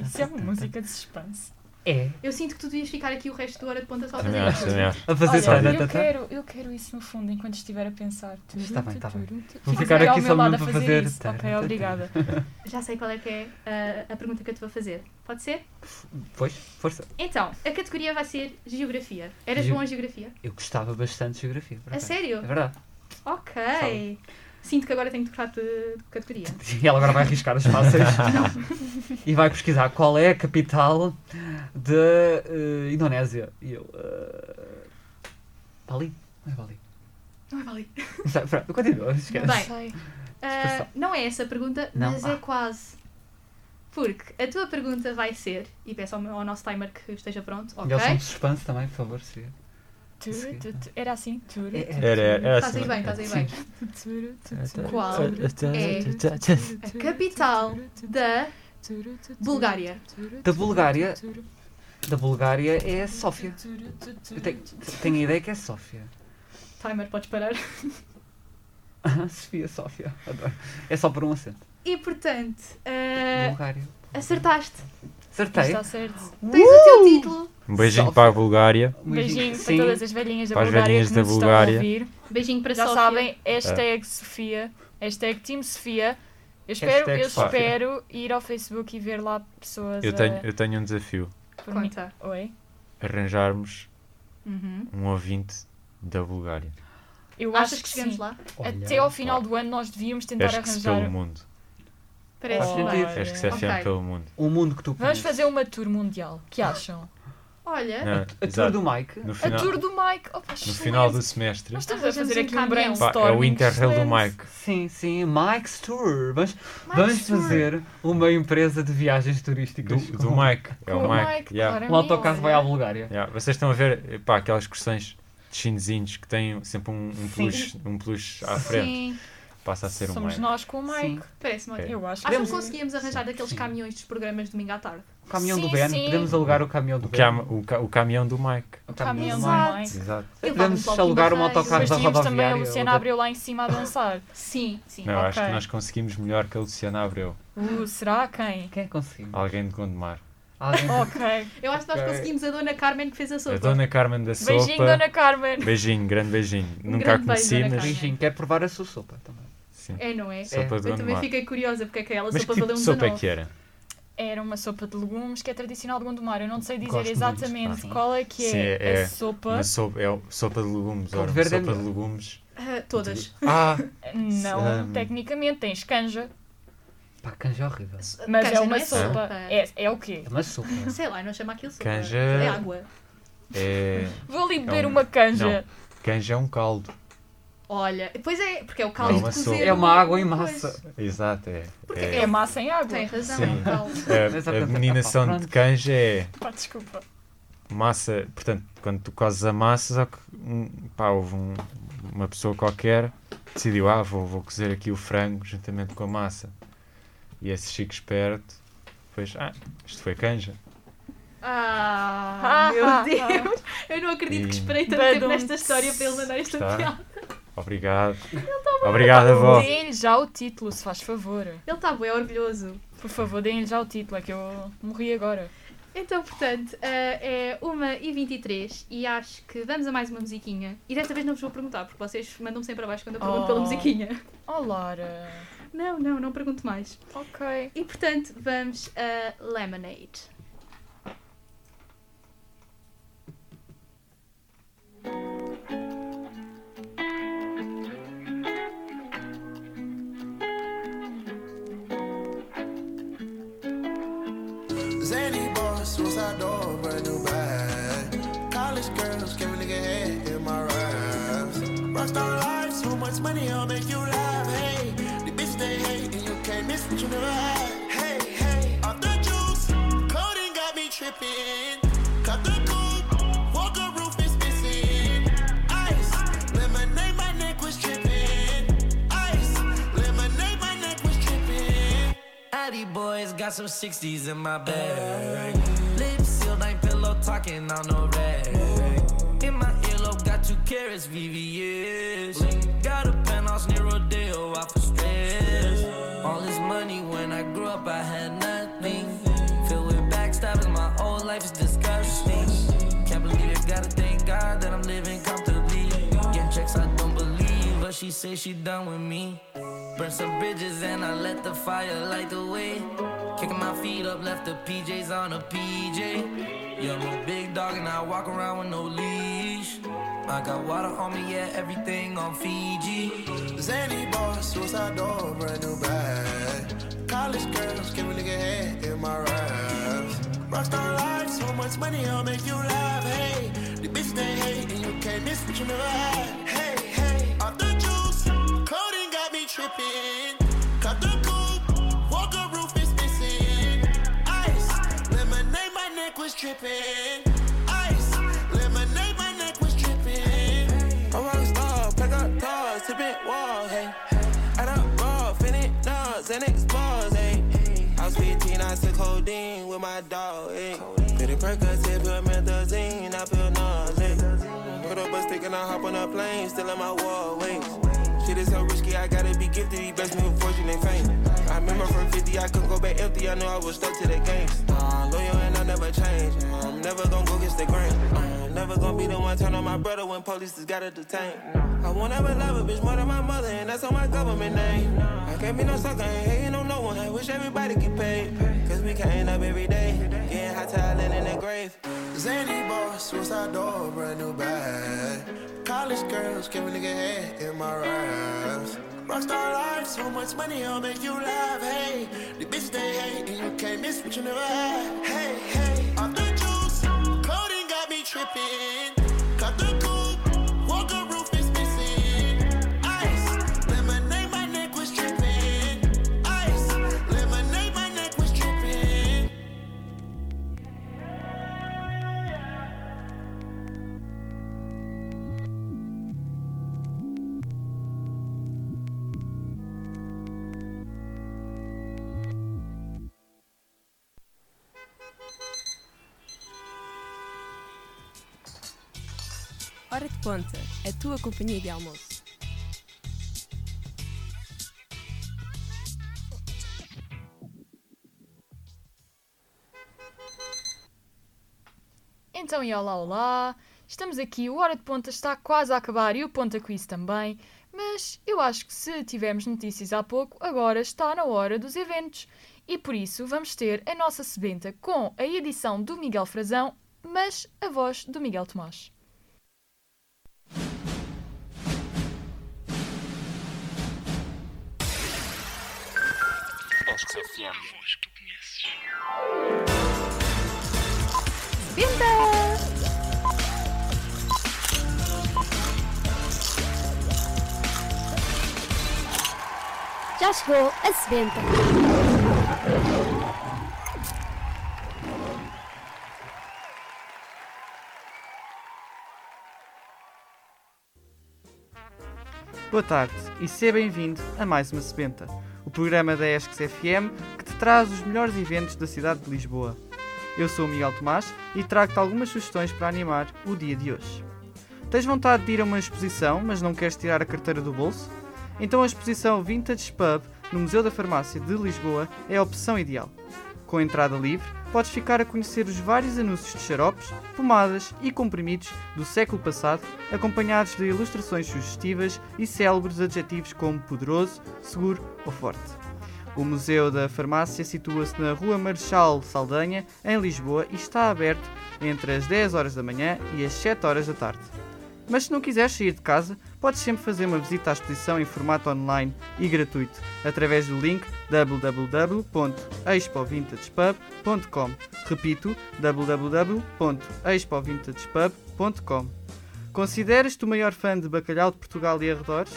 [SPEAKER 2] Isso é uma música de suspense.
[SPEAKER 12] É.
[SPEAKER 1] Eu sinto que tu devias ficar aqui o resto do hora de ponta só a
[SPEAKER 12] Também
[SPEAKER 1] fazer
[SPEAKER 12] acho,
[SPEAKER 1] isto.
[SPEAKER 12] também acho. A fazer só,
[SPEAKER 2] Olha,
[SPEAKER 12] tá,
[SPEAKER 2] eu,
[SPEAKER 12] tá, tá.
[SPEAKER 2] quero, eu quero isso no fundo enquanto estiver a pensar.
[SPEAKER 12] Está bem, está bem.
[SPEAKER 2] Fica
[SPEAKER 12] Vou ficar
[SPEAKER 2] bem ao
[SPEAKER 12] aqui
[SPEAKER 2] meu
[SPEAKER 12] só
[SPEAKER 2] lado
[SPEAKER 12] mesmo
[SPEAKER 2] a
[SPEAKER 12] para fazer.
[SPEAKER 2] isso. Ok, obrigada.
[SPEAKER 1] Já sei qual é que é ah, a pergunta que eu te vou fazer. Pode ser?
[SPEAKER 12] Pois, força.
[SPEAKER 1] Então, a categoria vai ser Geografia. Eras
[SPEAKER 12] Ge-
[SPEAKER 1] bom em Geografia?
[SPEAKER 12] Eu gostava bastante de geografia. por
[SPEAKER 1] A
[SPEAKER 12] acaso.
[SPEAKER 1] sério?
[SPEAKER 12] É verdade.
[SPEAKER 1] Ok.
[SPEAKER 12] Sabe.
[SPEAKER 1] Sinto que agora tenho que trocar de de categoria.
[SPEAKER 12] E ela agora vai arriscar as fáceis e vai pesquisar qual é a capital da eh, Indonésia. E eu. eh, Bali? Não é Bali.
[SPEAKER 1] Não é Bali.
[SPEAKER 12] Não sei, pronto, continua, esquece.
[SPEAKER 1] Bem, ah, não é essa a pergunta,
[SPEAKER 12] Não? Ah.
[SPEAKER 1] mas é quase. Porque a tua pergunta vai ser, e peço ao, meu- ao nosso timer que esteja pronto,
[SPEAKER 12] E
[SPEAKER 1] ok?
[SPEAKER 12] eles são de suspense também, por favor, se
[SPEAKER 2] Tu, tu, tu, era assim? Tu, tu,
[SPEAKER 12] É-
[SPEAKER 2] tu.
[SPEAKER 12] era- era
[SPEAKER 3] assim.
[SPEAKER 1] Estás aí bem, estás aí bem.
[SPEAKER 2] Tu, tu, tu, tu.
[SPEAKER 1] Qual é a capital da Bulgária?
[SPEAKER 12] Da Bulgária. Da Bulgária é Sófia. Eu tenho, tenho a ideia que é Sófia.
[SPEAKER 1] Timer, podes parar.
[SPEAKER 12] Sofia, Sófia. Adoro. É só por um acento.
[SPEAKER 1] E portanto, ah,
[SPEAKER 12] Bulgária.
[SPEAKER 1] acertaste.
[SPEAKER 12] Acertei. Está
[SPEAKER 2] certo.
[SPEAKER 1] Tens um o teu título.
[SPEAKER 3] Um beijinho para a Bulgária.
[SPEAKER 2] Beijinho para
[SPEAKER 12] Sim.
[SPEAKER 2] todas as velhinhas da
[SPEAKER 3] Para as
[SPEAKER 2] Bulgária é
[SPEAKER 3] velhinhas
[SPEAKER 2] que
[SPEAKER 3] da
[SPEAKER 2] nos
[SPEAKER 3] Bulgária.
[SPEAKER 2] estão a ouvir.
[SPEAKER 1] Beijinho para
[SPEAKER 2] Já
[SPEAKER 1] Sofia.
[SPEAKER 2] sabem, hashtag Sofia, hashtag Team Sofia. Eu espero,
[SPEAKER 3] Hashtag
[SPEAKER 2] eu
[SPEAKER 3] Sofia.
[SPEAKER 2] espero ir ao Facebook e ver lá pessoas
[SPEAKER 3] Eu
[SPEAKER 2] a-
[SPEAKER 3] tenho, eu tenho um desafio:
[SPEAKER 2] por mim. Oi?
[SPEAKER 3] arranjarmos
[SPEAKER 2] Uhum.
[SPEAKER 3] um ouvinte da Bulgária.
[SPEAKER 2] Eu
[SPEAKER 1] Achas
[SPEAKER 2] acho
[SPEAKER 1] que chegamos
[SPEAKER 2] sim.
[SPEAKER 1] lá?
[SPEAKER 3] Olha,
[SPEAKER 2] Até ao final do ano nós devíamos tentar
[SPEAKER 3] Acho que se
[SPEAKER 2] arranjar.
[SPEAKER 3] pelo mundo.
[SPEAKER 1] Parece
[SPEAKER 2] Olha.
[SPEAKER 1] bem.
[SPEAKER 3] Acho que se FM
[SPEAKER 1] Ok.
[SPEAKER 3] pelo mundo.
[SPEAKER 12] O mundo que tu
[SPEAKER 2] Vamos
[SPEAKER 12] conheces.
[SPEAKER 2] fazer uma tour mundial. Que acham?
[SPEAKER 1] Olha,
[SPEAKER 3] Não,
[SPEAKER 12] a
[SPEAKER 3] exato.
[SPEAKER 12] do Mike?
[SPEAKER 3] No
[SPEAKER 2] A
[SPEAKER 3] final,
[SPEAKER 2] tour do Mike. Opa,
[SPEAKER 3] Ah. no
[SPEAKER 2] excelente.
[SPEAKER 3] final do semestre.
[SPEAKER 2] Nós estamos a fazer
[SPEAKER 1] Arranjamos
[SPEAKER 2] aqui
[SPEAKER 1] um
[SPEAKER 2] um
[SPEAKER 1] caminhão.
[SPEAKER 3] Pá, é o
[SPEAKER 2] brainstorming
[SPEAKER 3] Interrail do
[SPEAKER 2] excelente.
[SPEAKER 3] Mike.
[SPEAKER 12] Sim, sim, Mike's Tour. Vamos, vamos fazer uma empresa de viagens turísticas.
[SPEAKER 3] Do, do Mike. É
[SPEAKER 12] Com
[SPEAKER 3] o
[SPEAKER 12] o
[SPEAKER 3] Mike. yeah.
[SPEAKER 12] Mike, claramente. Um autocarro vai à Bulgária.
[SPEAKER 3] Yeah, Vocês estão a ver eh, pá, aquelas corações de chinesinhos que têm sempre um, um peluche, um peluche à
[SPEAKER 1] Sim.
[SPEAKER 3] frente. Passa a ser um o
[SPEAKER 2] Somos
[SPEAKER 3] Mike.
[SPEAKER 2] nós com o Mike.
[SPEAKER 1] Parece-me
[SPEAKER 3] É.
[SPEAKER 1] ótimo.
[SPEAKER 2] Eu acho que
[SPEAKER 1] Acham que
[SPEAKER 2] podemos-
[SPEAKER 1] conseguíamos arranjar daqueles caminhões dos programas de domingo à tarde?
[SPEAKER 12] O caminhão do
[SPEAKER 2] Sim,
[SPEAKER 12] Ben.
[SPEAKER 2] sim.
[SPEAKER 12] Podemos alugar o caminhão do
[SPEAKER 3] O,
[SPEAKER 12] Ben.
[SPEAKER 3] cam o, ca o caminhão do Mike.
[SPEAKER 12] O
[SPEAKER 2] Caminhão
[SPEAKER 12] do
[SPEAKER 2] do
[SPEAKER 12] Mike.
[SPEAKER 2] Mike.
[SPEAKER 3] Exato.
[SPEAKER 1] Eu
[SPEAKER 12] Podemos
[SPEAKER 1] vou-me para o
[SPEAKER 12] alugar um
[SPEAKER 1] Pinheiro.
[SPEAKER 12] autocarro
[SPEAKER 2] Depois
[SPEAKER 12] da
[SPEAKER 2] tínhamos também a
[SPEAKER 12] rodoviária.
[SPEAKER 2] Luciana Abreu lá em cima a dançar.
[SPEAKER 1] Sim, sim.
[SPEAKER 3] Não, acho que
[SPEAKER 2] Ok.
[SPEAKER 3] nós conseguimos melhor que a Luciana Abreu.
[SPEAKER 2] Uh, será quem?
[SPEAKER 12] Quem é que conseguimos?
[SPEAKER 3] Alguém de Gondomar.
[SPEAKER 12] Alguém-
[SPEAKER 2] Ok.
[SPEAKER 1] Eu acho que nós
[SPEAKER 12] Ok.
[SPEAKER 1] conseguimos a Dona Carmen que fez a sopa.
[SPEAKER 3] A Dona Carmen da Sopa.
[SPEAKER 2] Beijinho, Dona Carmen.
[SPEAKER 3] Beijinho, grande beijinho. Nunca a
[SPEAKER 1] grande beijo,
[SPEAKER 3] conheci,
[SPEAKER 1] Dona
[SPEAKER 3] mas.
[SPEAKER 1] Carmen.
[SPEAKER 12] Beijinho, quer provar a sua sopa também.
[SPEAKER 3] sim.
[SPEAKER 1] É, não é?
[SPEAKER 3] Sopa
[SPEAKER 1] Eu
[SPEAKER 3] de
[SPEAKER 1] também
[SPEAKER 3] Gondomar.
[SPEAKER 1] fiquei curiosa porque é que é ela
[SPEAKER 3] Mas
[SPEAKER 1] sopa
[SPEAKER 3] que tipo
[SPEAKER 1] valeu
[SPEAKER 3] de
[SPEAKER 1] um
[SPEAKER 3] sopa é
[SPEAKER 1] 19.
[SPEAKER 3] que era?
[SPEAKER 2] Era uma sopa de legumes que é tradicional de Gondomar. Eu não sei dizer
[SPEAKER 3] Gosto muito,
[SPEAKER 2] exatamente
[SPEAKER 3] pá.
[SPEAKER 2] qual é que é,
[SPEAKER 3] Sim, é,
[SPEAKER 2] a sopa.
[SPEAKER 3] uma sopa, é o- sopa de legumes,
[SPEAKER 12] Caldo
[SPEAKER 3] ora, uma
[SPEAKER 12] verde é
[SPEAKER 3] sopa de
[SPEAKER 12] melhor.
[SPEAKER 3] legumes.
[SPEAKER 2] Ah, todas.
[SPEAKER 3] Ah!
[SPEAKER 2] Não,
[SPEAKER 12] Hum.
[SPEAKER 3] Ahm,
[SPEAKER 2] tecnicamente tens canja,
[SPEAKER 12] Pá, canja é horrível.
[SPEAKER 2] mas
[SPEAKER 1] Canja
[SPEAKER 2] é uma
[SPEAKER 1] não é
[SPEAKER 2] sopa.
[SPEAKER 1] sopa.
[SPEAKER 2] É, é o quê?
[SPEAKER 12] É uma sopa.
[SPEAKER 1] Sei lá, não chama aquilo sopa.
[SPEAKER 3] Canja.
[SPEAKER 1] É água.
[SPEAKER 3] É...
[SPEAKER 2] Vou ali
[SPEAKER 3] é
[SPEAKER 2] beber
[SPEAKER 3] um-
[SPEAKER 2] uma canja.
[SPEAKER 3] Não, canja é um caldo.
[SPEAKER 1] Olha, pois é, porque é o
[SPEAKER 3] é
[SPEAKER 1] caldo
[SPEAKER 3] uma
[SPEAKER 1] de
[SPEAKER 3] sopa.
[SPEAKER 1] cozer.
[SPEAKER 3] Exato, é.
[SPEAKER 2] É massa em água.
[SPEAKER 1] Tem razão,
[SPEAKER 3] Sim.
[SPEAKER 1] é caldo.
[SPEAKER 12] Mas há
[SPEAKER 3] A, a
[SPEAKER 12] tanta-
[SPEAKER 3] meninação
[SPEAKER 12] pá,
[SPEAKER 3] de canja é
[SPEAKER 2] Pá, desculpa.
[SPEAKER 3] massa. Portanto, quando tu cozes a massa, só que hum, pá, houve um- uma pessoa qualquer decidiu: ah, vou, vou cozer aqui o frango juntamente com a massa. E esse chico esperto, depois, ah, isto foi canja.
[SPEAKER 1] Ah, meu Deus. Eu não acredito que
[SPEAKER 3] E-
[SPEAKER 1] esperei tanto tempo
[SPEAKER 2] Badum.
[SPEAKER 1] nesta história para ele mandar esta
[SPEAKER 3] Está?
[SPEAKER 1] piada.
[SPEAKER 3] Obrigado.
[SPEAKER 2] tá
[SPEAKER 3] Obrigado, avó.
[SPEAKER 2] Deem-lhe já o título, se faz favor.
[SPEAKER 1] Ele está bem orgulhoso.
[SPEAKER 2] Por favor, deem-lhe já o título, é que eu morri agora.
[SPEAKER 1] Então, portanto, eh, é 1h23 e acho que vamos a mais uma musiquinha. E desta vez não vos vou perguntar, porque vocês mandam-me sempre abaixo quando eu pergunto pela
[SPEAKER 2] Oh.
[SPEAKER 1] musiquinha.
[SPEAKER 2] Oh, Lara.
[SPEAKER 1] Não, não, não pergunto mais.
[SPEAKER 2] Ok.
[SPEAKER 1] E portanto, vamos a Lemonade.
[SPEAKER 16] Zany boss, suicide door, brand new bag. College girls, give a nigga head in my raps. Rockstar life, so much money, I'll make you laugh. Hey, the bitch they hate, and you can't miss what you never had. Hey, hey, off the juice, coding got me tripping. Cut the coupe, walker roof is missing. Ice, lemonade, my neck was tripping. Ice, lemonade, my neck was tripping.
[SPEAKER 17] Addy boys got some 60s in my bag. Lips sealed, ain't pillow talking on no rag. In my earlobe, got two carrots, VVS. Got a penthouse near Rodeo, out for stress. All this money when I grew up, I had nothing. Filled with backstabbing, my whole life is disgusting. Can't believe it, gotta thank God that I'm living comfortably. Getting checks, I don't believe, but she say she done with me. Burn some bridges and I let the fire light the way. Kicking my feet up, left the PJs on a PJ. Yeah, I'm a big dog and I walk around with no leash. I got water on me, yeah, everything on Fiji.
[SPEAKER 16] Zany boss, suicide door, brand new bag. College girls, give a nigga head in my raps. Rockstar life, so much money, I'll make you laugh. Hey, the bitch they hate, and you can't miss what you never had. Hey, hey, off the juice, coding got me tripping. Cut the coupe, walker roof is missing. Ice, lemonade, my neck was tripping. Ice, lemonade, my neck was tripping. I'm a star, pack up cars, tipping walls, hey. Add up raw, finish dogs, and explores, hey. I was 15, I took codeine with my dog, hey. Pretty Percocet, put methazine, I feel nauseous. Put up a stick and I hop on a plane, still in my wall, wait. Shit is so risky, I gotta be gifted, he blessed me with fortune and fame. I remember from 50, I couldn't go back empty, I knew I was stuck to the games. Uh, loyal and I never change, I'm never gonna go against the grain. I'm never gonna be the one turn on my brother when police just gotta detain. I won't ever love a bitch more than my mother, and that's on my government name. I can't be no sucker, ain't hating on no one. I wish everybody get paid, cause we can't up every day. Getting hot talent in the grave. Zany boss, suicide door, brand new bag. College girls, give a nigga head in my raps. Rockstar life, so much money, I'll make you laugh. Hey, the bitch they hate, and you can't miss what you never had. Hey, hey, off the juice, coding got me tripping. Cut the coupe, walker roof is missing. Ice, lemonade, my neck was tripping. Ice, lemonade, my neck was tripping.
[SPEAKER 7] Hora de ponta, a tua companhia de almoço.
[SPEAKER 2] Então, e olá, olá. Estamos aqui, o Hora de Ponta está quase a acabar e o Ponta Quiz também. Mas eu acho que se tivemos notícias há pouco, agora está na hora dos eventos. E por isso vamos ter a nossa sebenta com a edição do Miguel Frazão, mas a voz do Miguel Tomás. Sebenta!
[SPEAKER 18] Já chegou a sebenta.
[SPEAKER 19] Boa tarde e seja bem-vindo a mais uma Sebenta, o programa da ESCS FM que te traz os melhores eventos da cidade de Lisboa. Eu sou o Miguel Tomás e trago-te algumas sugestões para animar o dia de hoje. Tens vontade de ir a uma exposição, mas não queres tirar a carteira do bolso? Então a exposição Vintage Pub no Museu da Farmácia de Lisboa é a opção ideal. Com a entrada livre, podes ficar a conhecer os vários anúncios de xaropes, pomadas e comprimidos do século passado, acompanhados de ilustrações sugestivas e célebres adjetivos como poderoso, seguro ou forte. O Museu da Farmácia situa-se na Rua Marechal Saldanha, em Lisboa, e está aberto entre as 10 horas da manhã e as 7 horas da tarde. Mas se não quiseres sair de casa, podes sempre fazer uma visita à exposição em formato online e gratuito através do link www.expovintagepub.com. Repito, www.expovintagepub.com. Consideras-te o maior fã de bacalhau de Portugal e arredores?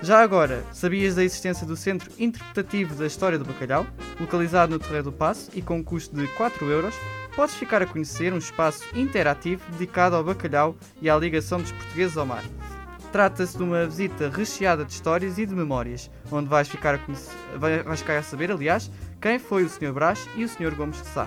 [SPEAKER 19] Já agora, sabias da existência do Centro Interpretativo da História do Bacalhau? Localizado no Terreiro do Passo e com um custo de 4 euros, podes ficar a conhecer um espaço interativo dedicado ao bacalhau e à ligação dos portugueses ao mar. Trata-se de uma visita recheada de histórias e de memórias, onde vais ficar a, conhece- vai- vais ficar a saber, aliás, quem foi o Sr. Brás e o Sr. Gomes de Sá.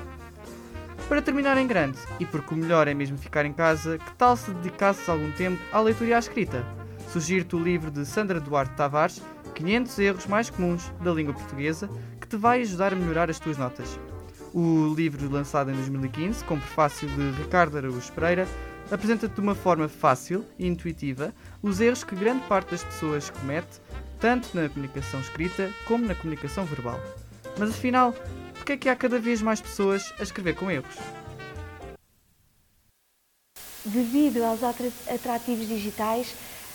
[SPEAKER 19] Para terminar em grande, e porque o melhor é mesmo ficar em casa, que tal se dedicasses algum tempo à leitura e à escrita? Sugiro-te o livro de Sandra Duarte Tavares, 500 erros mais comuns da língua portuguesa, que te vai ajudar a melhorar as tuas notas. O livro, lançado em 2015, com prefácio de Ricardo Araújo Pereira, apresenta-te de uma forma fácil e intuitiva os erros que grande parte das pessoas comete, tanto na comunicação escrita como na comunicação verbal. Mas afinal, porque é que há cada vez mais pessoas a escrever com erros?
[SPEAKER 20] Devido aos atra- atrativos digitais,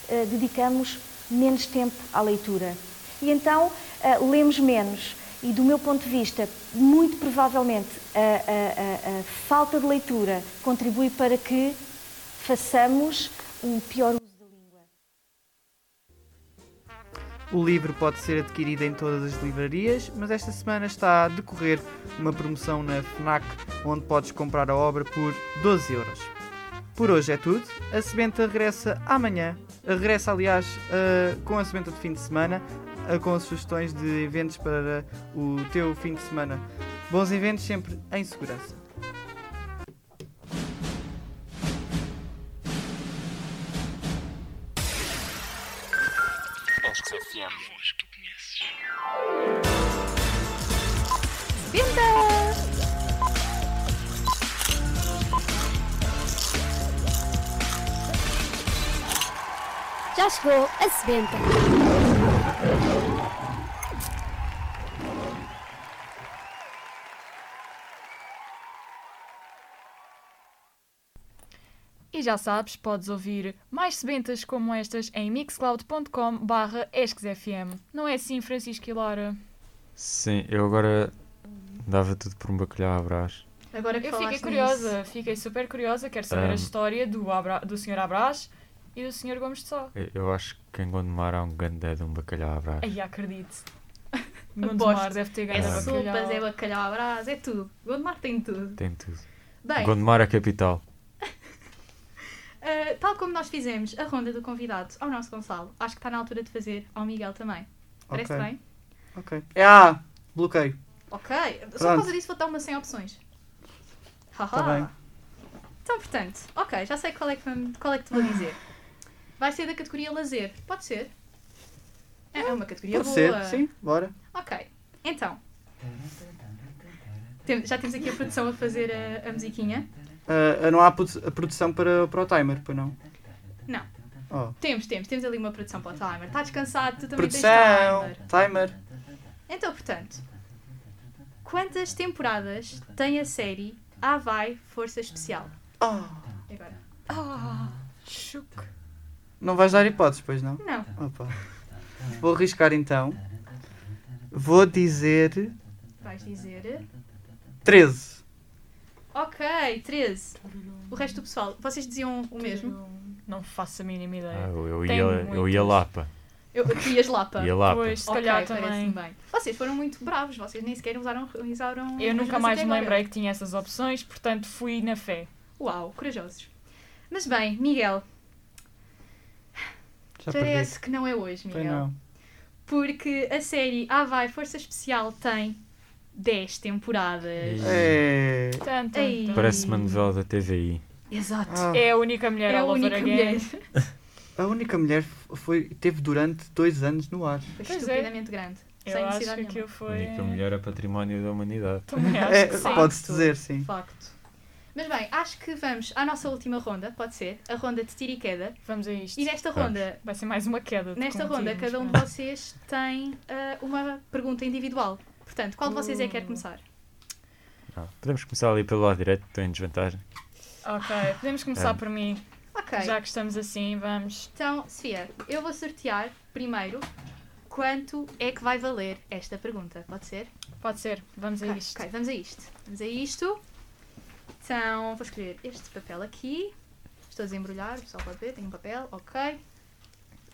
[SPEAKER 20] eh, dedicamos menos tempo à leitura. E então eh, lemos menos. E do meu ponto de vista, muito provavelmente a, a- a- a falta de leitura contribui para que façamos um pior uso.
[SPEAKER 19] O livro pode ser adquirido em todas as livrarias, mas esta semana está a decorrer uma promoção na FNAC, onde podes comprar a obra por 12 euros. Por hoje é tudo. A Sebenta regressa amanhã. Uh, Regressa, aliás, uh, com a Sebenta de fim de semana, uh, com sugestões de eventos para o teu fim de semana. Bons eventos sempre em segurança.
[SPEAKER 5] Vinda!
[SPEAKER 18] Já chegou a sebenta.
[SPEAKER 2] E já sabes, podes ouvir mais sebentas como estas em mixcloud.com barra esquesfm. Não é assim, Francisco e Laura?
[SPEAKER 3] Sim, eu agora dava tudo por um bacalhau à Brás.
[SPEAKER 1] Agora que
[SPEAKER 2] Eu fiquei
[SPEAKER 1] falaste
[SPEAKER 2] curiosa,
[SPEAKER 1] nisso.
[SPEAKER 2] fiquei super curiosa, quero saber
[SPEAKER 3] Um.
[SPEAKER 2] a história do, Abra do Sr. Abrás e do Sr. Gomes de Sá.
[SPEAKER 3] Eu- Eu acho que em Gondomar há um grande de um bacalhau à Brás.
[SPEAKER 2] Aí acredito.
[SPEAKER 1] Aposto.
[SPEAKER 2] Gondomar deve ter
[SPEAKER 1] É
[SPEAKER 2] ganho
[SPEAKER 3] Ah.
[SPEAKER 2] bacalhau.
[SPEAKER 1] sopas, é bacalhau à brás, é tudo. Gondomar tem tudo.
[SPEAKER 3] Tem tudo.
[SPEAKER 1] Bem.
[SPEAKER 3] Gondomar é a capital.
[SPEAKER 1] Uh, tal como nós fizemos a ronda do convidado ao nosso Gonçalo, acho que está na altura de fazer ao Miguel também. Parece
[SPEAKER 19] Ok.
[SPEAKER 1] bem?
[SPEAKER 19] Ok. Ah! Bloqueio.
[SPEAKER 1] Ok. Só por
[SPEAKER 19] Pronto.
[SPEAKER 1] causa disso vou dar uma sem opções. Haha.
[SPEAKER 19] Está Tá
[SPEAKER 1] Ah,
[SPEAKER 19] bem.
[SPEAKER 1] Então, portanto, ok, já sei qual é que, vamos- qual é que te vou dizer. Vai ser da categoria lazer. Pode ser? É, é uma categoria
[SPEAKER 19] Pode
[SPEAKER 1] boa.
[SPEAKER 19] ser, sim, bora.
[SPEAKER 1] Ok, então. Tem- já temos aqui a produção a fazer a, a musiquinha?
[SPEAKER 19] Ah, ah, não há produ- a produção para, para o timer, pois não?
[SPEAKER 1] Não.
[SPEAKER 19] Oh.
[SPEAKER 1] Temos, temos, temos ali uma produção para o timer. Está descansado, tu também
[SPEAKER 19] Produção,
[SPEAKER 1] tens timer.
[SPEAKER 19] timer.
[SPEAKER 1] Então, portanto, quantas temporadas tem a série Ah Vai Força Especial?
[SPEAKER 19] Oh.
[SPEAKER 1] Agora. Ah, chuco.
[SPEAKER 19] Não vais dar hipóteses, pois não?
[SPEAKER 1] Não.
[SPEAKER 19] Opa. Vou arriscar então. Vou dizer
[SPEAKER 1] Vais dizer.
[SPEAKER 19] 13.
[SPEAKER 1] Ok, 13. O resto do pessoal, vocês diziam o mesmo?
[SPEAKER 2] Não faço a mínima ideia.
[SPEAKER 3] Ah, eu, eu
[SPEAKER 2] Tem
[SPEAKER 3] ia, eu ia
[SPEAKER 2] muitas.
[SPEAKER 3] Lapa.
[SPEAKER 1] Eu, tu ias Lapa.
[SPEAKER 3] Ia Lapa.
[SPEAKER 2] Pois, se
[SPEAKER 1] Ok,
[SPEAKER 2] calhar
[SPEAKER 1] parece-me
[SPEAKER 2] também.
[SPEAKER 1] bem. Vocês foram muito bravos, vocês nem sequer usaram. usaram
[SPEAKER 2] Eu
[SPEAKER 1] as
[SPEAKER 2] nunca
[SPEAKER 1] regras
[SPEAKER 2] mais
[SPEAKER 1] até
[SPEAKER 2] me
[SPEAKER 1] agora.
[SPEAKER 2] lembrei que tinha essas opções, portanto fui na fé.
[SPEAKER 1] Uau, corajosos. Mas bem, Miguel.
[SPEAKER 2] Já
[SPEAKER 1] Parece que não é hoje,
[SPEAKER 19] Pois
[SPEAKER 1] Miguel.
[SPEAKER 19] não.
[SPEAKER 1] Porque a série Ah Vai Força Especial tem 10 temporadas.
[SPEAKER 19] É.
[SPEAKER 2] Tan, tan,
[SPEAKER 1] Ei.
[SPEAKER 2] tan.
[SPEAKER 3] Parece uma novela da TVI.
[SPEAKER 1] Exato.
[SPEAKER 2] É a única mulher
[SPEAKER 1] É a
[SPEAKER 2] all over
[SPEAKER 1] única
[SPEAKER 2] again.
[SPEAKER 1] mulher.
[SPEAKER 19] A única mulher f- foi, teve durante dois anos no ar.
[SPEAKER 1] Foi
[SPEAKER 2] Pois é.
[SPEAKER 1] estupidamente grande.
[SPEAKER 2] Eu
[SPEAKER 1] sem
[SPEAKER 2] acho
[SPEAKER 1] necessidade
[SPEAKER 2] que aquilo
[SPEAKER 1] nenhuma.
[SPEAKER 2] foi-
[SPEAKER 3] A mulher é património da humanidade.
[SPEAKER 2] Também acho
[SPEAKER 19] É,
[SPEAKER 2] que sim.
[SPEAKER 19] pode-se dizer, sim.
[SPEAKER 1] Então, Facto. Mas bem, acho que vamos à nossa última ronda, pode ser? A ronda de tiro e queda.
[SPEAKER 2] Vamos a isto.
[SPEAKER 1] E nesta ronda,
[SPEAKER 2] Vai ser mais uma queda. de
[SPEAKER 1] nesta
[SPEAKER 2] contínuos,
[SPEAKER 1] ronda cada um de
[SPEAKER 2] pronto.
[SPEAKER 1] vocês tem ah, uma pergunta individual. Portanto, qual de vocês é que quer começar?
[SPEAKER 3] Ah, podemos começar ali pelo lado direito, estou em desvantagem.
[SPEAKER 2] Ok, podemos começar
[SPEAKER 3] É.
[SPEAKER 2] por mim.
[SPEAKER 1] Ok.
[SPEAKER 2] Já que estamos assim, vamos.
[SPEAKER 1] Então, Sofia, eu vou sortear primeiro quanto é que vai valer esta pergunta. Pode ser?
[SPEAKER 2] Pode ser. Vamos
[SPEAKER 1] a isto. Ok, vamos a isto. Vamos a isto. Então, vou escolher este papel aqui. Estou a desembrulhar, o pessoal pode ver, tenho um papel, ok.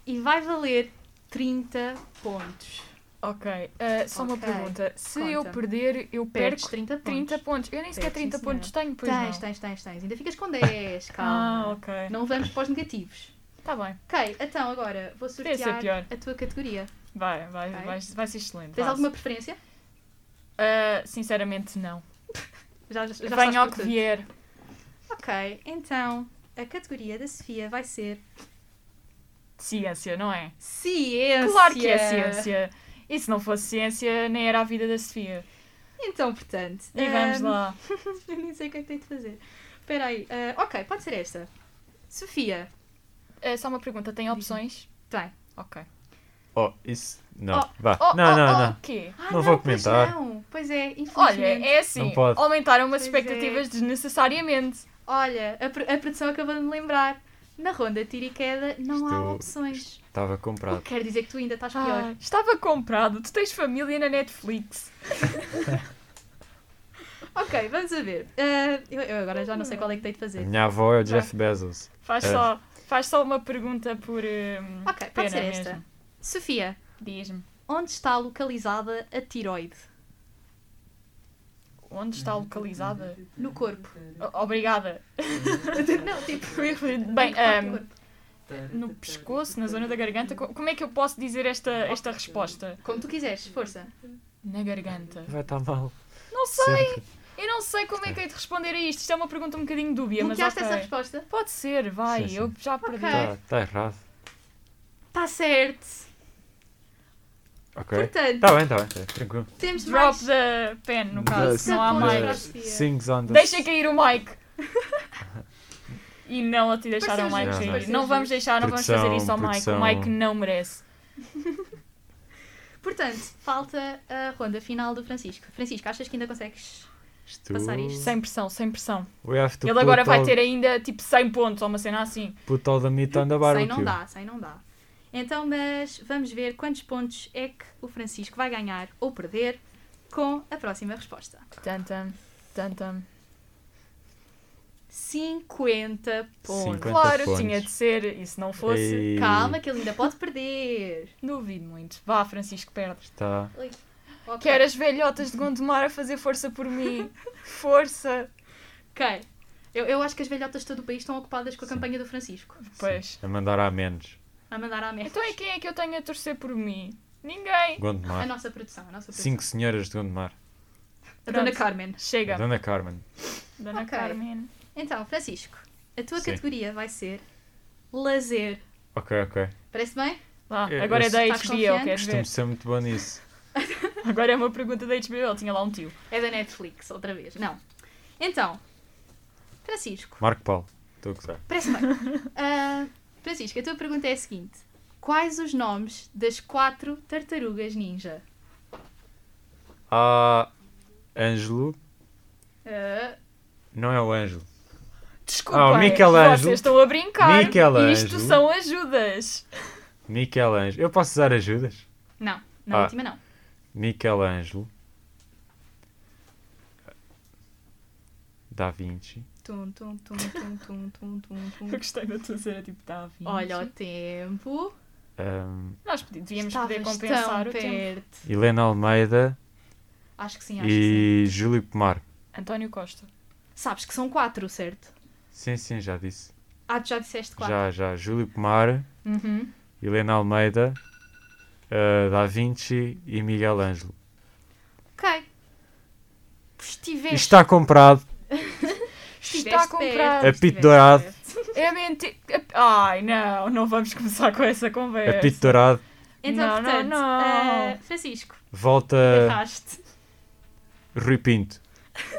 [SPEAKER 1] E vai valer 30 pontos.
[SPEAKER 2] Ok, ah, só uma
[SPEAKER 1] Ok,
[SPEAKER 2] pergunta. Se
[SPEAKER 1] conta.
[SPEAKER 2] eu perder, eu
[SPEAKER 1] Perdes
[SPEAKER 2] perco
[SPEAKER 1] 30 pontos.
[SPEAKER 2] 30 pontos. Eu nem sequer
[SPEAKER 1] Perdes,
[SPEAKER 2] 30
[SPEAKER 1] sim,
[SPEAKER 2] pontos
[SPEAKER 1] senhora.
[SPEAKER 2] tenho, pois
[SPEAKER 1] tens,
[SPEAKER 2] não.
[SPEAKER 1] Tens, tens, tens. Ainda ficas com 10, calma.
[SPEAKER 2] Ah, ok.
[SPEAKER 1] Não vamos para os negativos.
[SPEAKER 2] Está bem.
[SPEAKER 1] Ok, então agora vou
[SPEAKER 2] Podia ser
[SPEAKER 1] sortear
[SPEAKER 2] pior.
[SPEAKER 1] a tua categoria.
[SPEAKER 2] Vai, vai,
[SPEAKER 1] Ok.
[SPEAKER 2] vai, vai ser excelente.
[SPEAKER 1] Tens
[SPEAKER 2] vá.
[SPEAKER 1] alguma preferência?
[SPEAKER 2] Ah, sinceramente, não.
[SPEAKER 1] Já, já já
[SPEAKER 2] Venha
[SPEAKER 1] estás
[SPEAKER 2] ao
[SPEAKER 1] por
[SPEAKER 2] que
[SPEAKER 1] tudo.
[SPEAKER 2] vier.
[SPEAKER 1] Ok, então a categoria da Sofia vai ser
[SPEAKER 2] Ciência, não é?
[SPEAKER 1] ciência.
[SPEAKER 2] Claro que é ciência. E se não fosse ciência, nem era a vida da Sofia.
[SPEAKER 1] Então, portanto. hum,
[SPEAKER 2] E vamos lá.
[SPEAKER 1] Eu nem sei o que é que tenho de fazer. Espera aí. ah, ok, pode ser esta. Sofia.
[SPEAKER 2] É só uma pergunta: tem opções?
[SPEAKER 1] Tem.
[SPEAKER 2] Ok.
[SPEAKER 3] Oh, isso. Não,
[SPEAKER 2] Oh,
[SPEAKER 3] vá.
[SPEAKER 2] oh,
[SPEAKER 3] não,
[SPEAKER 2] oh,
[SPEAKER 3] não,
[SPEAKER 2] oh,
[SPEAKER 3] não.
[SPEAKER 2] o quê?
[SPEAKER 1] Ah,
[SPEAKER 3] não, vou
[SPEAKER 1] pois
[SPEAKER 3] comentar.
[SPEAKER 1] Não, pois é, infelizmente.
[SPEAKER 2] Olha, é assim:
[SPEAKER 3] Não pode.
[SPEAKER 2] aumentaram as
[SPEAKER 1] Pois é.
[SPEAKER 2] expectativas desnecessariamente.
[SPEAKER 1] Olha, a, pro- a produção acabou de me lembrar. Na ronda tiro e queda não há
[SPEAKER 3] Estou-
[SPEAKER 1] opções.
[SPEAKER 3] Estava
[SPEAKER 1] O
[SPEAKER 3] comprado.
[SPEAKER 1] que quer dizer que tu ainda estás pior.
[SPEAKER 2] Ah, estava comprado, tu tens família na Netflix.
[SPEAKER 1] Ok, vamos a ver. Ah, eu, eu agora já não sei qual é que tenho de fazer.
[SPEAKER 3] A minha avó é o Jeff Bezos.
[SPEAKER 2] Faz,
[SPEAKER 3] É.
[SPEAKER 2] só, faz só uma pergunta por. hum,
[SPEAKER 1] Ok,
[SPEAKER 2] pena
[SPEAKER 1] pode ser esta.
[SPEAKER 2] mesmo.
[SPEAKER 1] Sofia,
[SPEAKER 2] Diz-me.
[SPEAKER 1] onde está localizada a tiroide?
[SPEAKER 2] Onde está localizada?
[SPEAKER 1] No corpo.
[SPEAKER 2] O- Obrigada.
[SPEAKER 1] não, tipo.
[SPEAKER 2] Bem, hum, no pescoço, na zona da garganta, co- como é que eu posso dizer esta, esta resposta?
[SPEAKER 1] Como tu quiseres, força.
[SPEAKER 2] Na garganta.
[SPEAKER 3] Vai estar mal.
[SPEAKER 2] Não sei!
[SPEAKER 3] Sempre.
[SPEAKER 2] Eu não sei como é que hei de responder a isto. Isto é uma pergunta um bocadinho dúbia, mas.
[SPEAKER 1] Bloqueaste essa
[SPEAKER 2] ok.
[SPEAKER 1] resposta?
[SPEAKER 2] Pode ser, vai,
[SPEAKER 3] Sim, sim.
[SPEAKER 2] eu já perdi.
[SPEAKER 3] Está Tá, errado.
[SPEAKER 1] Está Tá certo.
[SPEAKER 3] Ok.
[SPEAKER 1] Portanto-
[SPEAKER 3] Está bem, está bem, tá bem, tranquilo.
[SPEAKER 1] Temos
[SPEAKER 2] Drop
[SPEAKER 1] mais.
[SPEAKER 2] the pen, no caso,
[SPEAKER 3] The-
[SPEAKER 2] não há
[SPEAKER 3] the
[SPEAKER 2] mais.
[SPEAKER 3] Sings on the
[SPEAKER 2] Deixa cair o mic! e não a te deixaram o
[SPEAKER 3] Pareceu
[SPEAKER 2] mic
[SPEAKER 3] justo,
[SPEAKER 2] cair.
[SPEAKER 3] pareceu
[SPEAKER 2] Não vamos
[SPEAKER 1] justo.
[SPEAKER 2] deixar, não vamos fazer isso ao Mike. O
[SPEAKER 3] Produção,
[SPEAKER 2] Mike
[SPEAKER 3] produção.
[SPEAKER 2] não merece.
[SPEAKER 1] Portanto, falta a ronda final do Francisco. Francisco, achas que ainda consegues
[SPEAKER 3] Isto-
[SPEAKER 1] passar isto?
[SPEAKER 2] Sem pressão, sem pressão.
[SPEAKER 3] We have to
[SPEAKER 2] Ele agora
[SPEAKER 3] put
[SPEAKER 2] vai
[SPEAKER 3] all-
[SPEAKER 2] ter ainda tipo 100 pontos ou uma cena assim.
[SPEAKER 3] Put all the meat on the
[SPEAKER 1] Sem
[SPEAKER 3] barbecue.
[SPEAKER 1] não dá, sem não dá. Então, mas vamos ver quantos pontos é que o Francisco vai ganhar ou perder com a próxima resposta.
[SPEAKER 2] Tantam, tantam.
[SPEAKER 1] 50 pontos.
[SPEAKER 3] 50
[SPEAKER 2] Claro,
[SPEAKER 3] pontos.
[SPEAKER 2] tinha de ser. E se não fosse.
[SPEAKER 3] Ei.
[SPEAKER 1] Calma, que ele ainda pode perder.
[SPEAKER 2] Duvido muito. Vá, Francisco, perde.
[SPEAKER 3] Tá.
[SPEAKER 1] Ui, ok.
[SPEAKER 2] Quero as velhotas de Gondomar a fazer força por mim. Força!
[SPEAKER 1] Ok. Eu, eu acho que as velhotas de todo o país estão ocupadas com a campanha do Francisco.
[SPEAKER 2] Pois.
[SPEAKER 3] A mandar a menos.
[SPEAKER 1] A mandar à merda.
[SPEAKER 2] Então é quem é que eu tenho a torcer por mim? Ninguém!
[SPEAKER 1] A
[SPEAKER 3] Gondomar.
[SPEAKER 1] nossa produção, a nossa produção.
[SPEAKER 3] Cinco senhoras de Gondomar.
[SPEAKER 1] A Dona Carmen.
[SPEAKER 2] Chega.
[SPEAKER 3] Dona Carmen.
[SPEAKER 2] Dona
[SPEAKER 1] Ok.
[SPEAKER 2] Carmen.
[SPEAKER 1] Então, Francisco, a tua
[SPEAKER 3] Sim.
[SPEAKER 1] categoria vai ser lazer.
[SPEAKER 3] Ok, ok.
[SPEAKER 1] Parece bem?
[SPEAKER 2] Lá,
[SPEAKER 3] Eu-
[SPEAKER 2] agora
[SPEAKER 3] eu
[SPEAKER 2] é da
[SPEAKER 1] Estás
[SPEAKER 2] HBO,
[SPEAKER 1] confiante?
[SPEAKER 2] queres ver?
[SPEAKER 3] Costumo ser muito bom nisso.
[SPEAKER 2] Agora é uma pergunta da HBO, ele tinha lá um tio.
[SPEAKER 1] É da Netflix, outra vez. Não. Então, Francisco,
[SPEAKER 3] Marco Paulo. Estou a gozar.
[SPEAKER 1] parece bem. Ah, Francisco, a tua pergunta é a seguinte: quais os nomes das quatro tartarugas ninja?
[SPEAKER 3] Ah, Ângelo.
[SPEAKER 1] Ah,
[SPEAKER 3] Não é o Ângelo.
[SPEAKER 2] Desculpa,
[SPEAKER 3] Ah, o Michelangelo.
[SPEAKER 2] vocês estão a brincar.
[SPEAKER 3] Michelangelo.
[SPEAKER 2] Isto são ajudas.
[SPEAKER 3] Michelangelo. Eu posso usar ajudas?
[SPEAKER 1] Não, na
[SPEAKER 3] Ah.
[SPEAKER 1] última não.
[SPEAKER 3] Michelangelo. Da Vinci.
[SPEAKER 1] Tum, tum, tum, tum, tum, tum, tum, tum.
[SPEAKER 2] Eu gostei da tua cena, tipo, está a vir.
[SPEAKER 1] Olha o tempo.
[SPEAKER 3] Ahm,
[SPEAKER 2] Nós podíamos poder
[SPEAKER 1] Estavas
[SPEAKER 2] compensar
[SPEAKER 1] tão
[SPEAKER 2] o tempo.
[SPEAKER 1] perto.
[SPEAKER 3] Helena Almeida
[SPEAKER 1] Acho que sim, acho que sim.
[SPEAKER 3] e Júlio Pomar.
[SPEAKER 2] António Costa.
[SPEAKER 1] Sabes que são quatro, certo?
[SPEAKER 3] Sim, sim, já disse.
[SPEAKER 1] Ah, tu já disseste quatro.
[SPEAKER 3] Já, já. Júlio Pomar,
[SPEAKER 1] Uhum.
[SPEAKER 3] Helena Almeida, ah, Da Vinci e Miguel Ângelo.
[SPEAKER 1] Ok. Estiveste.
[SPEAKER 3] Isto está comprado.
[SPEAKER 2] Está comprado.
[SPEAKER 3] Apito dourado.
[SPEAKER 2] É mentira. Ai, não, não vamos começar com essa conversa.
[SPEAKER 3] Apito dourado.
[SPEAKER 1] Então,
[SPEAKER 2] Não, não,
[SPEAKER 1] portanto,
[SPEAKER 2] não.
[SPEAKER 1] eh, Francisco,
[SPEAKER 3] Volta
[SPEAKER 1] erraste.
[SPEAKER 3] Rui Pinto.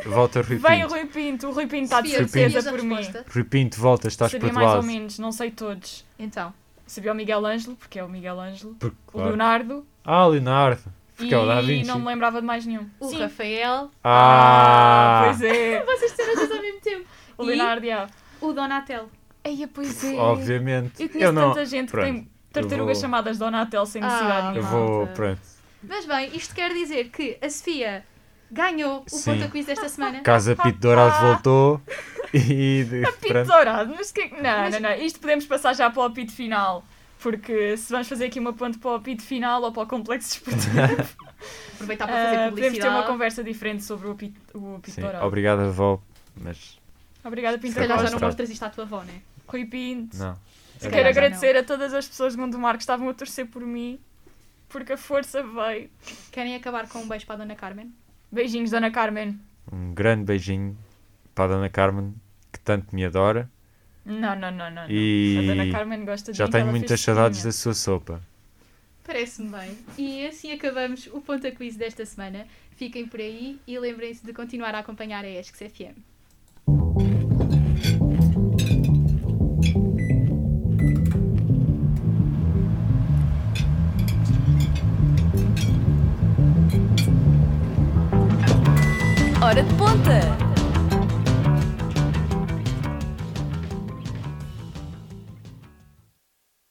[SPEAKER 3] Volta Rui
[SPEAKER 2] Vem o
[SPEAKER 3] Pinto.
[SPEAKER 2] Rui Pinto, o Rui Pinto está de
[SPEAKER 1] Sofia, sabias
[SPEAKER 2] certeza
[SPEAKER 1] a
[SPEAKER 2] por mim.
[SPEAKER 1] resposta?
[SPEAKER 3] Rui Pinto, volta, estás
[SPEAKER 2] Sabia mais ou
[SPEAKER 3] perdoado.
[SPEAKER 2] menos, não sei todos.
[SPEAKER 1] Então.
[SPEAKER 2] Sabia o Miguel Ângelo, porque é o Miguel Ângelo.
[SPEAKER 3] Porque,
[SPEAKER 2] O
[SPEAKER 3] claro.
[SPEAKER 2] Leonardo.
[SPEAKER 3] Ah, Leonardo. Porque
[SPEAKER 2] e
[SPEAKER 3] é o Da Vinci.
[SPEAKER 2] não me lembrava de mais nenhum.
[SPEAKER 1] O Rafael.
[SPEAKER 3] Ah,
[SPEAKER 2] pois é.
[SPEAKER 1] Vocês disseram todos ao mesmo tempo.
[SPEAKER 2] O Leonardo, já.
[SPEAKER 1] O Donatello.
[SPEAKER 2] Eia, pois é.
[SPEAKER 3] Obviamente.
[SPEAKER 2] Eu conheço
[SPEAKER 3] Eu não-
[SPEAKER 2] tanta gente
[SPEAKER 3] Pronto,
[SPEAKER 2] que tem tartarugas
[SPEAKER 3] eu vou-
[SPEAKER 2] chamadas Donatel sem
[SPEAKER 1] Ah,
[SPEAKER 2] necessidade
[SPEAKER 3] Eu
[SPEAKER 2] nenhuma.
[SPEAKER 3] vou, pronto.
[SPEAKER 1] Mas bem, isto quer dizer que a Sofia ganhou o
[SPEAKER 3] Sim.
[SPEAKER 1] ponto a quiz desta semana.
[SPEAKER 3] Casa
[SPEAKER 2] Ah.
[SPEAKER 3] Pito Dourado voltou e de-
[SPEAKER 2] Apito
[SPEAKER 3] pronto.
[SPEAKER 2] dourado, Tá mas que... Não, não, não. Isto podemos passar já para o apito final. Porque se vamos fazer aqui uma ponte para o apito final ou para o complexo esportivo...
[SPEAKER 1] Aproveitar para fazer
[SPEAKER 2] ah, Podemos ter uma
[SPEAKER 1] publicidade.
[SPEAKER 2] conversa diferente sobre o apito, o apito
[SPEAKER 3] Sim,
[SPEAKER 2] dourado.
[SPEAKER 3] obrigado, avó, mas
[SPEAKER 2] Obrigada,
[SPEAKER 1] Se
[SPEAKER 2] Pinto.
[SPEAKER 1] calhar já não
[SPEAKER 3] Dourado.
[SPEAKER 1] mostras isto à tua avó, né?
[SPEAKER 2] Rui Pinto.
[SPEAKER 3] não.
[SPEAKER 2] Se
[SPEAKER 3] Era
[SPEAKER 2] Quero
[SPEAKER 3] nada.
[SPEAKER 2] agradecer a todas as pessoas de Gondomar que estavam a torcer por mim. Porque a força veio.
[SPEAKER 1] Querem acabar com um beijo para a Dona Carmen?
[SPEAKER 2] Beijinhos, Dona Carmen.
[SPEAKER 3] Um grande beijinho para a Dona Carmen, que tanto me adora.
[SPEAKER 2] Não, não, não, não. não.
[SPEAKER 3] E
[SPEAKER 2] A Dona Carmen gosta de
[SPEAKER 3] já
[SPEAKER 2] mim,
[SPEAKER 3] tenho
[SPEAKER 2] ela
[SPEAKER 3] muitas
[SPEAKER 2] fez
[SPEAKER 3] saudades
[SPEAKER 2] sozinha.
[SPEAKER 3] da sua sopa.
[SPEAKER 1] Parece-me bem. E assim acabamos o ponto a quiz desta semana. Fiquem por aí e lembrem-se de continuar a acompanhar a ESCS FM.
[SPEAKER 7] Hora de ponta!